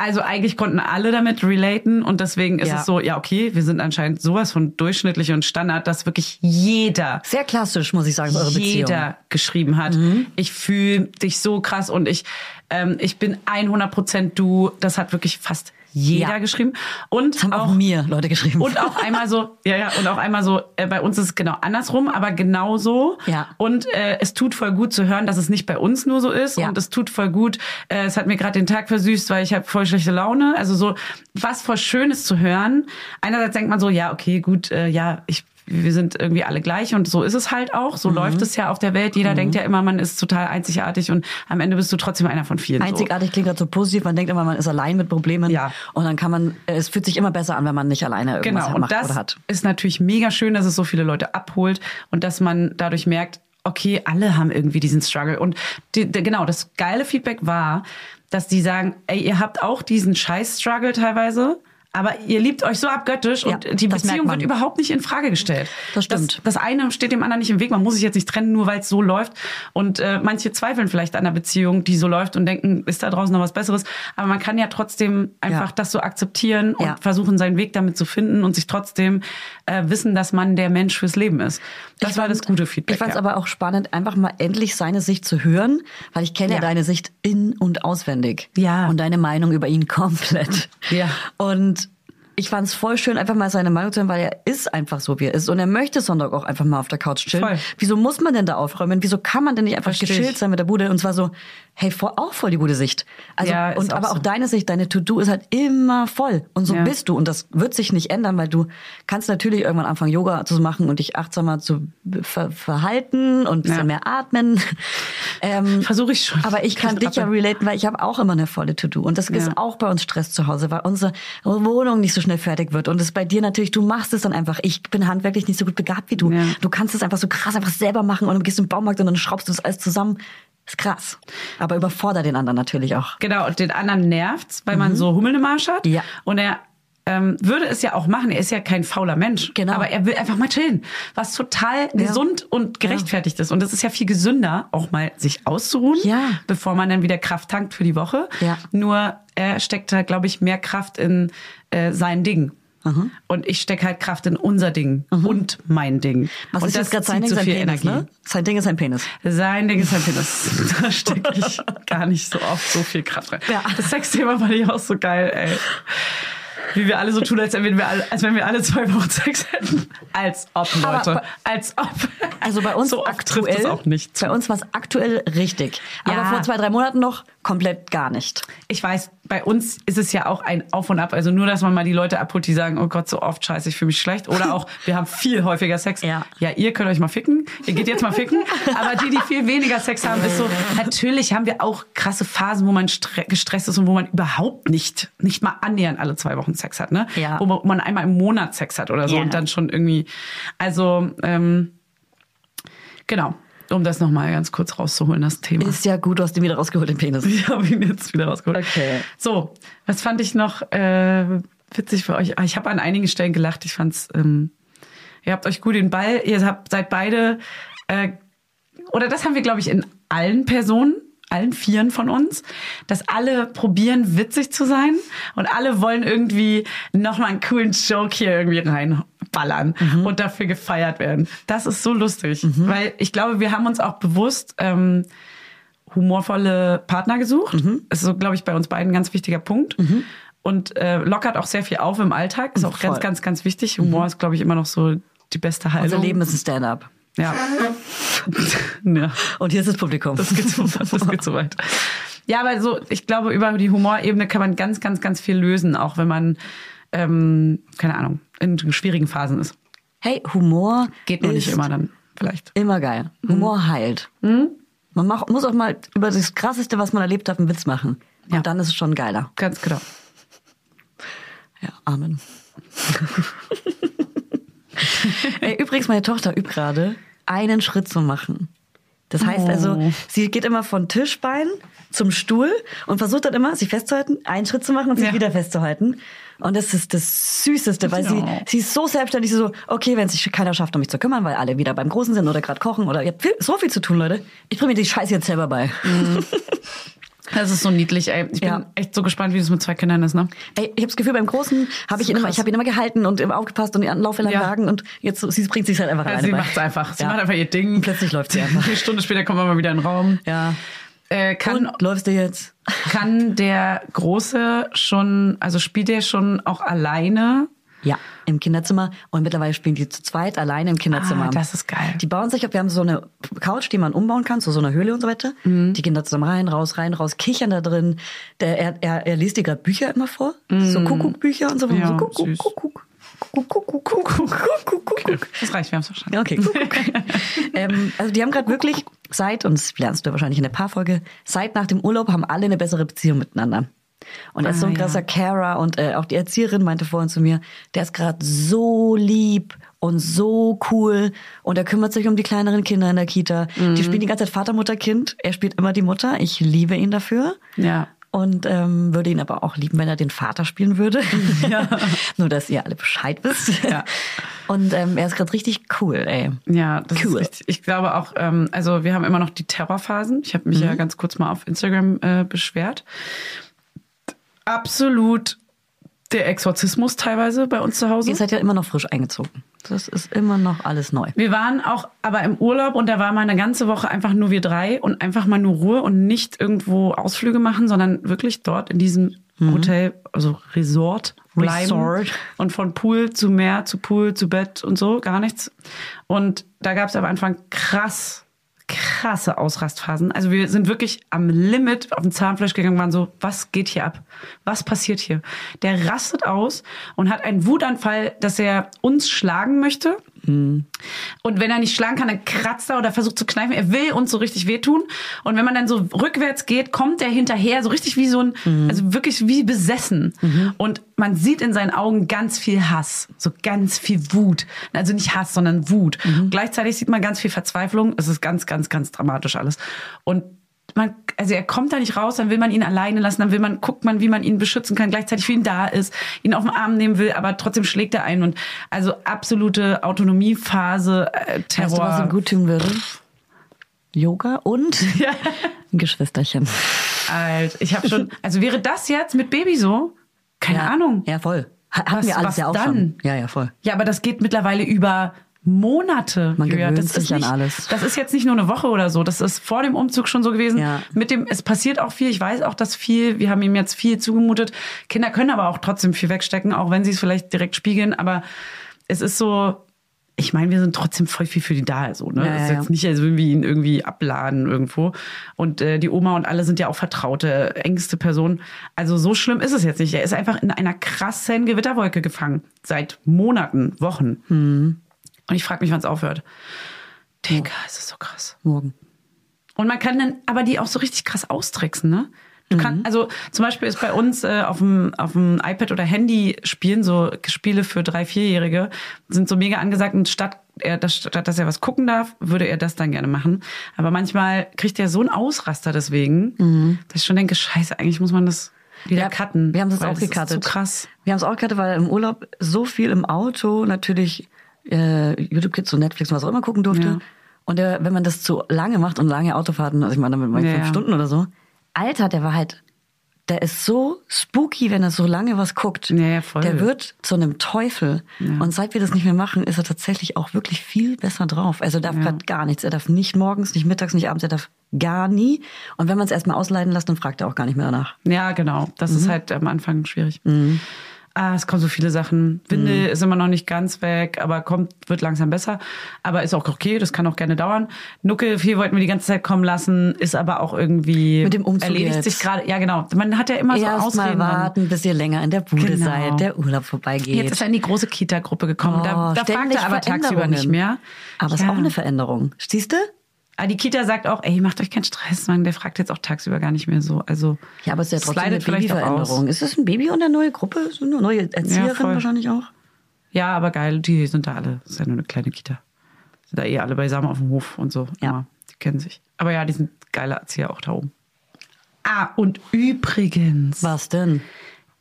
Speaker 2: also eigentlich konnten alle damit relaten und deswegen ist
Speaker 1: Ja.
Speaker 2: es so, ja, okay, wir sind anscheinend sowas von durchschnittlich und Standard, dass wirklich jeder
Speaker 1: Sehr klassisch, muss ich sagen, eure Beziehung. Mhm.
Speaker 2: jeder geschrieben hat. Ich fühle dich so krass und ich, ähm, ich bin 100% du. Das hat wirklich fast jeder
Speaker 1: Ja.
Speaker 2: geschrieben. Und
Speaker 1: Das haben auch, mir Leute geschrieben.
Speaker 2: und auch einmal so, ja, ja, und auch einmal so, äh, bei uns ist es genau andersrum, aber genau so.
Speaker 1: Ja.
Speaker 2: Und äh, es tut voll gut zu hören, dass es nicht bei uns nur so ist.
Speaker 1: Ja.
Speaker 2: Und es tut voll gut. Äh, es hat mir gerade den Tag versüßt, weil ich habe voll schlechte Laune. Also so, was voll Schönes zu hören. Einerseits denkt man so, ja, okay, gut, äh, ja, ich. Wir sind irgendwie alle gleich und so ist es halt auch.
Speaker 1: Mhm.
Speaker 2: So läuft es ja auf der Welt. Jeder denkt ja immer, man ist total einzigartig und am Ende bist du trotzdem einer von vielen.
Speaker 1: Einzigartig klingt gerade so positiv. Man denkt immer, man ist allein mit Problemen.
Speaker 2: Ja.
Speaker 1: Und dann kann man, es fühlt sich immer besser an, wenn man nicht alleine irgendwas
Speaker 2: Genau, und
Speaker 1: macht
Speaker 2: das
Speaker 1: oder hat.
Speaker 2: ist natürlich mega schön, dass es so viele Leute abholt und dass man dadurch merkt, okay, alle haben irgendwie diesen Struggle. Und die, die, genau, das geile Feedback war, dass die sagen, ey, ihr habt auch diesen Scheiß-Struggle teilweise, Aber ihr liebt euch so abgöttisch
Speaker 1: Ja,
Speaker 2: und die
Speaker 1: das merkt
Speaker 2: Beziehung
Speaker 1: man.
Speaker 2: wird überhaupt nicht in Frage gestellt.
Speaker 1: Das stimmt.
Speaker 2: Das, das eine steht dem anderen nicht im Weg. Man muss sich jetzt nicht trennen, nur weil es so läuft. Und äh, manche zweifeln vielleicht an der Beziehung, die so läuft und denken, ist da draußen noch was Besseres. Aber man kann ja trotzdem einfach
Speaker 1: Ja.
Speaker 2: das so akzeptieren und
Speaker 1: Ja.
Speaker 2: versuchen, seinen Weg damit zu finden und sich trotzdem äh, wissen, dass man der Mensch fürs Leben ist. Das
Speaker 1: Ich
Speaker 2: war
Speaker 1: fand-
Speaker 2: das gute Feedback.
Speaker 1: Ich fand es
Speaker 2: ja.
Speaker 1: aber auch spannend, einfach mal endlich seine Sicht zu hören, weil ich kenne ja.
Speaker 2: Ja.
Speaker 1: deine Sicht in und auswendig.
Speaker 2: Ja.
Speaker 1: Und deine Meinung über ihn komplett.
Speaker 2: Ja.
Speaker 1: Und ich fand es voll schön, einfach mal seine Meinung zu hören, weil er ist einfach so, wie er ist. Und er möchte Sonntag auch einfach mal auf der Couch chillen.
Speaker 2: Voll.
Speaker 1: Wieso muss man denn da aufräumen? Wieso kann man denn nicht einfach
Speaker 2: Versteh ich.
Speaker 1: geschillt sein mit der Bude? Und zwar so, hey, voll, auch voll die gute Sicht. Also,
Speaker 2: Ja, ist
Speaker 1: und
Speaker 2: auch
Speaker 1: aber
Speaker 2: so.
Speaker 1: auch deine Sicht, deine To-Do ist halt immer voll. Und so
Speaker 2: Ja.
Speaker 1: bist du. Und das wird sich nicht ändern, weil du kannst natürlich irgendwann anfangen, Yoga zu machen und dich achtsamer zu be- ver verhalten und ein bisschen
Speaker 2: Ja.
Speaker 1: mehr atmen. Ähm,
Speaker 2: Versuche ich schon.
Speaker 1: aber ich kann dich ja relaten, weil ich habe auch immer eine volle To-Do. Und das ist
Speaker 2: Ja.
Speaker 1: auch bei uns Stress zu Hause, weil unsere Wohnung nicht so schnell fertig wird. Und es bei dir natürlich, du machst es dann einfach. Ich bin handwerklich nicht so gut begabt wie du.
Speaker 2: Ja.
Speaker 1: Du kannst es einfach so krass einfach selber machen und dann gehst du im Baumarkt und dann schraubst du das alles zusammen. Ist krass. Aber überfordert den anderen natürlich auch.
Speaker 2: Genau, und den anderen nervt's, weil man so Hummeln im Arsch hat.
Speaker 1: Mhm. Ja.
Speaker 2: Und er ähm, würde es ja auch machen. Er ist ja kein fauler Mensch.
Speaker 1: Genau.
Speaker 2: Aber er will einfach mal chillen, was total gesund und gerechtfertigt ist. Und das ist ja viel gesünder, auch mal sich auszuruhen,
Speaker 1: Ja.
Speaker 2: bevor man dann wieder Kraft tankt für die Woche.
Speaker 1: Ja.
Speaker 2: Nur er steckt da, glaube ich, mehr Kraft in äh, sein Ding. Und ich stecke halt Kraft in unser Ding und mein Ding.
Speaker 1: Was
Speaker 2: und
Speaker 1: ist jetzt gerade sein
Speaker 2: zieht
Speaker 1: Ding?
Speaker 2: so
Speaker 1: Sein
Speaker 2: viel
Speaker 1: Penis,
Speaker 2: Energie.
Speaker 1: ne? Sein Ding ist sein Penis.
Speaker 2: Sein Ding ist halt Penis. Da stecke ich gar nicht so oft so viel Kraft rein.
Speaker 1: Ja.
Speaker 2: Das Sexthema fand ich auch so geil, ey. Wie wir alle so tun, als wenn wir alle, als wenn wir alle zwei Wochen Sex hätten. Als ob, Leute.
Speaker 1: Aber-
Speaker 2: als ob.
Speaker 1: Also bei uns
Speaker 2: so oft
Speaker 1: aktuell,
Speaker 2: trifft es auch nicht. zu.
Speaker 1: bei uns war es aktuell richtig. Aber
Speaker 2: Ja.
Speaker 1: vor zwei, drei Monaten noch komplett gar nicht.
Speaker 2: Ich weiß, bei uns ist es ja auch ein Auf und Ab. Also nur, dass man mal die Leute abholt, die sagen, oh Gott, so oft, scheiße, ich fühle mich schlecht. Oder auch, wir haben viel häufiger Sex.
Speaker 1: Ja.
Speaker 2: ja, ihr könnt euch mal ficken. Ihr geht jetzt mal ficken. Aber die, die viel weniger Sex haben, ist so, natürlich haben wir auch krasse Phasen, wo man stre- gestresst ist und wo man überhaupt nicht, nicht mal annähernd alle zwei Wochen Sex hat. Ne?
Speaker 1: Ja.
Speaker 2: Wo man- wo man einmal im Monat Sex hat oder so
Speaker 1: Ja.
Speaker 2: und dann schon irgendwie. Also, ähm, genau. Um das nochmal ganz kurz rauszuholen, das Thema.
Speaker 1: Ist ja gut, du hast ihn wieder rausgeholt, den Penis.
Speaker 2: Ich habe ihn jetzt wieder rausgeholt.
Speaker 1: Okay.
Speaker 2: So, was fand ich noch äh, witzig für euch? Ah, Ich habe an einigen Stellen gelacht. Ich fand's. Ähm, ihr habt euch gut den Ball. Ihr habt seid beide. Äh, oder das haben wir, glaube ich, in allen Personen, allen Vieren von uns, dass alle probieren, witzig zu sein und alle wollen irgendwie nochmal einen coolen Joke hier irgendwie reinballern und dafür gefeiert werden. Das ist so lustig, weil ich glaube, wir haben uns auch bewusst ähm, humorvolle Partner gesucht.
Speaker 1: Mhm.
Speaker 2: Ist so, glaube ich, bei uns beiden ein ganz wichtiger Punkt. Und äh, lockert auch sehr viel auf im Alltag. Ist auch ganz,
Speaker 1: Voll. Mhm.
Speaker 2: ganz, ganz wichtig. Humor ist, glaube ich, immer noch so die beste Heilung.
Speaker 1: Unser Leben ist ein Stand-up.
Speaker 2: Ja. ja.
Speaker 1: Und hier ist das Publikum.
Speaker 2: Das geht zu weit. Das geht zu weit. Ja, aber so, ich glaube, über die Humorebene kann man ganz, ganz, ganz viel lösen, auch wenn man, ähm, keine Ahnung, in schwierigen Phasen ist.
Speaker 1: hey, Humor
Speaker 2: Geht nur
Speaker 1: ist
Speaker 2: nicht immer dann, Mhm. vielleicht.
Speaker 1: Immer geil. Humor heilt. Man mach, muss auch mal über das Krasseste, was man erlebt hat, einen Witz machen. Und
Speaker 2: Ja.
Speaker 1: dann ist es schon geiler.
Speaker 2: Ganz genau.
Speaker 1: Ja, Amen. Ey, übrigens, meine Tochter übt gerade, einen Schritt zu machen. Das heißt
Speaker 2: Oh.
Speaker 1: also, sie geht immer von Tischbein zum Stuhl und versucht dann immer, sich festzuhalten, einen Schritt zu machen und sich
Speaker 2: Ja.
Speaker 1: wieder festzuhalten. Und das ist das Süßeste, weil sie,
Speaker 2: Ja.
Speaker 1: sie ist so selbstständig, sie so, okay, wenn es sich keiner schafft, um mich zu kümmern, weil alle wieder beim Großen sind oder gerade kochen oder ihr habt viel, so viel zu tun, Leute. Ich bringe mir die Scheiße jetzt selber bei.
Speaker 2: Mhm. Das ist so niedlich, ey. Ich bin
Speaker 1: Ja.
Speaker 2: echt so gespannt, wie das mit zwei Kindern ist, ne?
Speaker 1: Ey, ich habe das Gefühl, beim Großen habe ich ihn immer, ich habe ihn immer gehalten und immer aufgepasst und die Anlaufwelle
Speaker 2: Ja.
Speaker 1: lagen und jetzt so- sie bringt sich halt einfach
Speaker 2: Also
Speaker 1: alleine
Speaker 2: sie
Speaker 1: bei.
Speaker 2: macht's einfach. Sie
Speaker 1: Ja.
Speaker 2: macht einfach ihr Ding.
Speaker 1: Plötzlich läuft sie einfach.
Speaker 2: Eine Stunde später kommen wir mal wieder in den Raum.
Speaker 1: Ja.
Speaker 2: Äh, kann,
Speaker 1: und läufst du jetzt?
Speaker 2: kann der Große schon, also spielt er schon auch alleine?
Speaker 1: Ja, im Kinderzimmer. Und mittlerweile spielen die zu zweit alleine im Kinderzimmer.
Speaker 2: Ah, das ist geil.
Speaker 1: Die bauen sich auf. Wir haben so eine Couch, die man umbauen kann, so so eine Höhle und so weiter.
Speaker 2: Mhm.
Speaker 1: Die gehen da zusammen rein, raus, rein, raus, kichern da drin. Der, er, er, er liest dir gerade Bücher immer vor. So Kuckuckbücher und so.
Speaker 2: Mhm. Ja,
Speaker 1: so Kuckuck,
Speaker 2: süß.
Speaker 1: Kuckuck, Kuckuck, Kuckuck, Kuckuck, Kuckuck.
Speaker 2: Das reicht, wir haben es verstanden.
Speaker 1: Ja, Okay, Kuckuck. ähm, also die haben gerade wirklich seit, und das lernst du wahrscheinlich in der Paarfolge, seit nach dem Urlaub haben alle eine bessere Beziehung miteinander. Und er ist so ein
Speaker 2: Ah, ja.
Speaker 1: krasser Carer und äh, auch die Erzieherin meinte vorhin zu mir, der ist gerade so lieb und so cool und er kümmert sich um die kleineren Kinder in
Speaker 2: Mhm.
Speaker 1: der Kita. Die spielen die ganze Zeit Vater, Mutter, Kind. Er spielt immer die Mutter. Ich liebe ihn dafür.
Speaker 2: Ja.
Speaker 1: Und ähm, würde ihn aber auch lieben, wenn er den Vater spielen würde. Nur, dass ihr alle Bescheid wisst.
Speaker 2: Ja. Mhm.
Speaker 1: Und ähm, er ist gerade richtig cool, ey.
Speaker 2: Ja, das
Speaker 1: Cool.
Speaker 2: ist richtig. Ich glaube auch, ähm, also wir haben immer noch die Terrorphasen. Ich habe mich
Speaker 1: Mhm.
Speaker 2: ja ganz kurz mal auf Instagram äh, beschwert. Absolut der Exorzismus teilweise bei uns zu Hause.
Speaker 1: Ihr seid ja immer noch frisch eingezogen. Das ist immer noch alles neu.
Speaker 2: Wir waren auch aber im Urlaub und da war mal eine ganze Woche einfach nur wir drei und einfach mal nur Ruhe und nicht irgendwo Ausflüge machen, sondern wirklich dort in diesem Hotel, also Resort bleiben
Speaker 1: Resort.
Speaker 2: und von Pool zu Meer, zu Pool, zu Bett und so, gar nichts. Und da gab es am Anfang krass, krasse Ausrastphasen. Also wir sind wirklich am Limit auf den Zahnfleisch gegangen, waren so, was geht hier ab? Was passiert hier? Der rastet aus und hat einen Wutanfall, dass er uns schlagen möchte. Mm. Und wenn er nicht schlagen kann, dann kratzt er oder versucht zu kneifen. Er will uns so richtig wehtun. Und wenn man dann so rückwärts geht, kommt er hinterher, so richtig wie so ein, also wirklich wie besessen. Und man sieht in seinen Augen ganz viel Hass, so ganz viel Wut. Also nicht Hass, sondern Wut. Und gleichzeitig sieht man ganz viel Verzweiflung. Es ist ganz, ganz, ganz dramatisch alles. Und man, also er kommt da nicht raus, dann will man ihn alleine lassen, dann will man, guckt man, wie man ihn beschützen kann, gleichzeitig für ihn da ist, ihn auf den Arm nehmen will, aber trotzdem schlägt er ein und also absolute Autonomiephase, äh, Terror.
Speaker 1: Weißt du, was ihm gut tun würde? Yoga und
Speaker 2: Ja.
Speaker 1: ein Geschwisterchen.
Speaker 2: Alt. Ich habe schon, also wäre das jetzt mit Baby so? Keine Ahnung.
Speaker 1: Ja, voll. Ha- Hatten
Speaker 2: Was-
Speaker 1: wir alles
Speaker 2: was
Speaker 1: ja auch
Speaker 2: dann?
Speaker 1: schon. Ja, ja, voll.
Speaker 2: Ja, aber das geht mittlerweile über Monate.
Speaker 1: Man
Speaker 2: Julia.
Speaker 1: gewöhnt
Speaker 2: das ist
Speaker 1: sich an
Speaker 2: nicht,
Speaker 1: alles.
Speaker 2: Das ist jetzt nicht nur eine Woche oder so. Das ist vor dem Umzug schon so gewesen.
Speaker 1: Ja.
Speaker 2: Mit dem, es passiert auch viel. Ich weiß auch, dass viel, wir haben ihm jetzt viel zugemutet. Kinder können aber auch trotzdem viel wegstecken, auch wenn sie es vielleicht direkt spiegeln. Aber es ist so, ich meine, wir sind trotzdem voll viel für die da. So, ne?
Speaker 1: Ja,
Speaker 2: es ist
Speaker 1: ja,
Speaker 2: jetzt
Speaker 1: ja.
Speaker 2: nicht, als würden wir ihn irgendwie abladen irgendwo. Und äh, die Oma und alle sind ja auch vertraute, engste Personen. Also so schlimm ist es jetzt nicht. Er ist einfach in einer krassen Gewitterwolke gefangen. Seit Monaten, Wochen.
Speaker 1: Hm.
Speaker 2: Und ich frage mich, wann es aufhört. Digga, es ist so krass.
Speaker 1: Morgen.
Speaker 2: Und man kann dann aber die auch so richtig krass austricksen, ne? Du
Speaker 1: Mhm.
Speaker 2: kannst, also zum Beispiel ist bei uns äh, auf dem auf dem iPad oder Handy spielen so Spiele für drei vierjährige sind so mega angesagt und statt er das, statt dass er was gucken darf würde er das dann gerne machen aber manchmal kriegt er so einen Ausraster deswegen dass ich schon denke scheiße eigentlich muss man das wieder cutten
Speaker 1: Mhm. Wir haben das
Speaker 2: weil
Speaker 1: auch gekattet.
Speaker 2: ist zu krass
Speaker 1: Wir haben es auch gekattet, weil im Urlaub so viel im Auto natürlich äh, YouTube Kids und Netflix und was auch immer gucken durfte.
Speaker 2: Ja.
Speaker 1: Und der, wenn man das zu lange macht und lange Autofahrten, also ich meine damit meine ich
Speaker 2: Ja,
Speaker 1: fünf
Speaker 2: ja.
Speaker 1: Stunden oder so, Alter, der war halt, der ist so spooky, wenn er so lange was guckt.
Speaker 2: Ja, ja, voll.
Speaker 1: Der wird zu einem Teufel. Und seit wir das nicht mehr machen, ist er tatsächlich auch wirklich viel besser drauf. Also er darf gerade gar nichts. Er darf nicht morgens, nicht mittags, nicht abends, er darf gar nie. Und wenn man es erstmal ausleiten lässt, dann fragt er auch gar nicht mehr danach.
Speaker 2: Ja, genau. Das
Speaker 1: Mhm.
Speaker 2: ist halt am Anfang schwierig. Ah, es kommen so viele Sachen.
Speaker 1: Mhm.
Speaker 2: Windel ist immer noch nicht ganz weg, aber kommt, wird langsam besser. Aber ist auch okay, das kann auch gerne dauern. Nuckel, viel wollten wir die ganze Zeit kommen lassen, ist aber auch irgendwie
Speaker 1: Mit dem Umzug
Speaker 2: erledigt
Speaker 1: jetzt.
Speaker 2: sich gerade. Ja, genau. Man hat ja immer so
Speaker 1: Erst mal
Speaker 2: Ausreden. dann.
Speaker 1: warten, bis ihr länger in der Bude
Speaker 2: Genau.
Speaker 1: seid, der Urlaub vorbeigeht.
Speaker 2: Jetzt ist er in die große Kita-Gruppe gekommen. da
Speaker 1: Oh,
Speaker 2: da fragt
Speaker 1: ständig
Speaker 2: er aber tagsüber
Speaker 1: Veränderungen.
Speaker 2: nicht mehr.
Speaker 1: Aber es
Speaker 2: Ja.
Speaker 1: ist auch eine Veränderung. Siehst du?
Speaker 2: Ah, die Kita sagt auch, ey, macht euch keinen Stress, Mann. Der fragt jetzt auch tagsüber gar nicht mehr so. Also
Speaker 1: Ja, aber es ist ja
Speaker 2: es
Speaker 1: trotzdem eine
Speaker 2: slidet vielleicht auch aus.
Speaker 1: Babyveränderung. Ist es ein Baby und eine neue Gruppe? So eine neue
Speaker 2: Ja,
Speaker 1: Erzieherin
Speaker 2: voll.
Speaker 1: wahrscheinlich auch?
Speaker 2: Ja, aber geil, die sind da alle. Das ist ja nur eine kleine Kita. Sind da eh alle beisammen auf dem Hof und so.
Speaker 1: Ja.
Speaker 2: Immer. Die kennen sich. Aber ja, die sind geile Erzieher auch da oben. Ah, und übrigens,
Speaker 1: Was denn?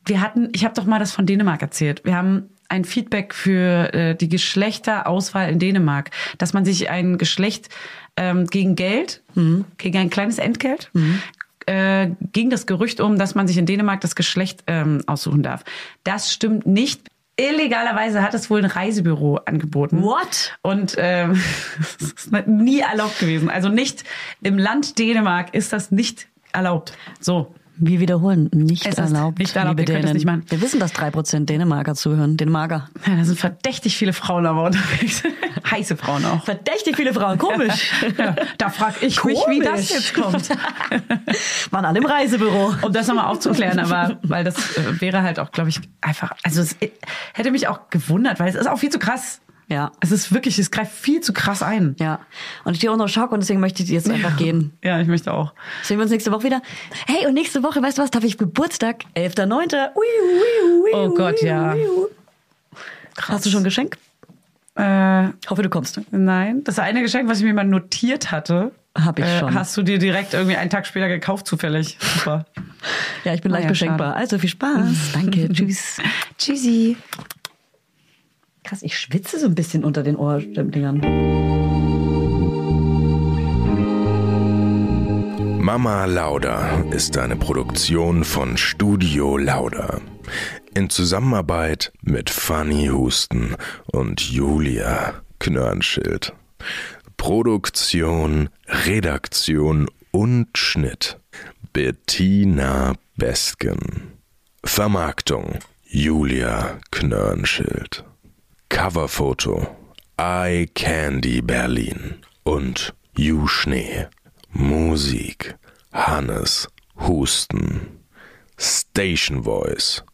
Speaker 2: wir hatten, ich habe doch mal das von Dänemark erzählt. Wir haben ein Feedback für äh, die Geschlechterauswahl in Dänemark, dass man sich ein Geschlecht ähm, gegen Geld, gegen ein kleines Entgelt, äh, ging das Gerücht um, dass man sich in Dänemark das Geschlecht ähm, aussuchen darf. Das stimmt nicht. Illegalerweise hat es wohl ein Reisebüro angeboten.
Speaker 1: What?
Speaker 2: Und ähm, das ist nie erlaubt gewesen. Also nicht im Land Dänemark ist das nicht erlaubt. So.
Speaker 1: Wir wiederholen, nicht
Speaker 2: Es ist
Speaker 1: erlaubt.
Speaker 2: nicht erlaubt,
Speaker 1: liebe
Speaker 2: ihr könnt es
Speaker 1: Dänen.
Speaker 2: nicht machen.
Speaker 1: Wir wissen, dass 3% Dänemarker zuhören. Dänemarker.
Speaker 2: Ja, da sind verdächtig viele Frauen aber unterwegs. Heiße
Speaker 1: Oh,
Speaker 2: Frauen auch.
Speaker 1: Verdächtig viele Frauen, komisch.
Speaker 2: Ja, da frag ich mich, wie das jetzt kommt.
Speaker 1: Waren alle im Reisebüro.
Speaker 2: Um das nochmal aufzuklären, aber weil das äh, wäre halt auch, glaube ich, einfach. Also es äh, hätte mich auch gewundert, weil es ist auch viel zu krass.
Speaker 1: Ja.
Speaker 2: Es ist wirklich, es greift viel zu krass ein.
Speaker 1: Ja. Und ich stehe unter Schock und deswegen möchte ich jetzt einfach gehen.
Speaker 2: Ja, ich möchte auch.
Speaker 1: Sehen wir uns nächste Woche wieder. Hey, und nächste Woche, weißt du was, da habe ich Geburtstag, 11.09. Ui, ui, ui,
Speaker 2: Oh Gott, ja.
Speaker 1: Krass. Hast du schon ein Geschenk?
Speaker 2: Äh,
Speaker 1: Ich hoffe, du kommst.
Speaker 2: nein, das eine Geschenk, was ich mir mal notiert hatte, Äh,
Speaker 1: Hab ich schon.
Speaker 2: hast du dir direkt irgendwie einen Tag später gekauft zufällig. Super.
Speaker 1: Ja, ich bin leicht
Speaker 2: ja,
Speaker 1: beschenkbar.
Speaker 2: schade.
Speaker 1: Also viel Spaß. Danke. Tschüss.
Speaker 2: Tschüssi.
Speaker 1: Krass, ich schwitze so ein bisschen unter den Ohrdingern.
Speaker 5: Mama Lauda ist eine Produktion von Studio Lauda. In Zusammenarbeit mit Fanny Husten und Julia Knörnschild. Produktion, Redaktion und Schnitt Bettina Besken. Vermarktung Julia Knörnschild. Coverfoto Eye Candy Berlin und You Schnee. Musik Hannes Husten. Station Voice.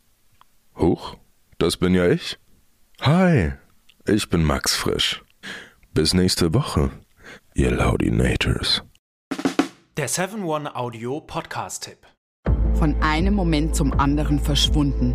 Speaker 5: Huch, das bin ja ich. Hi, ich bin Max Frisch. Bis nächste Woche, ihr Laudinators.
Speaker 7: Der 7-One Audio Podcast-Tipp.
Speaker 8: Von einem Moment zum anderen verschwunden,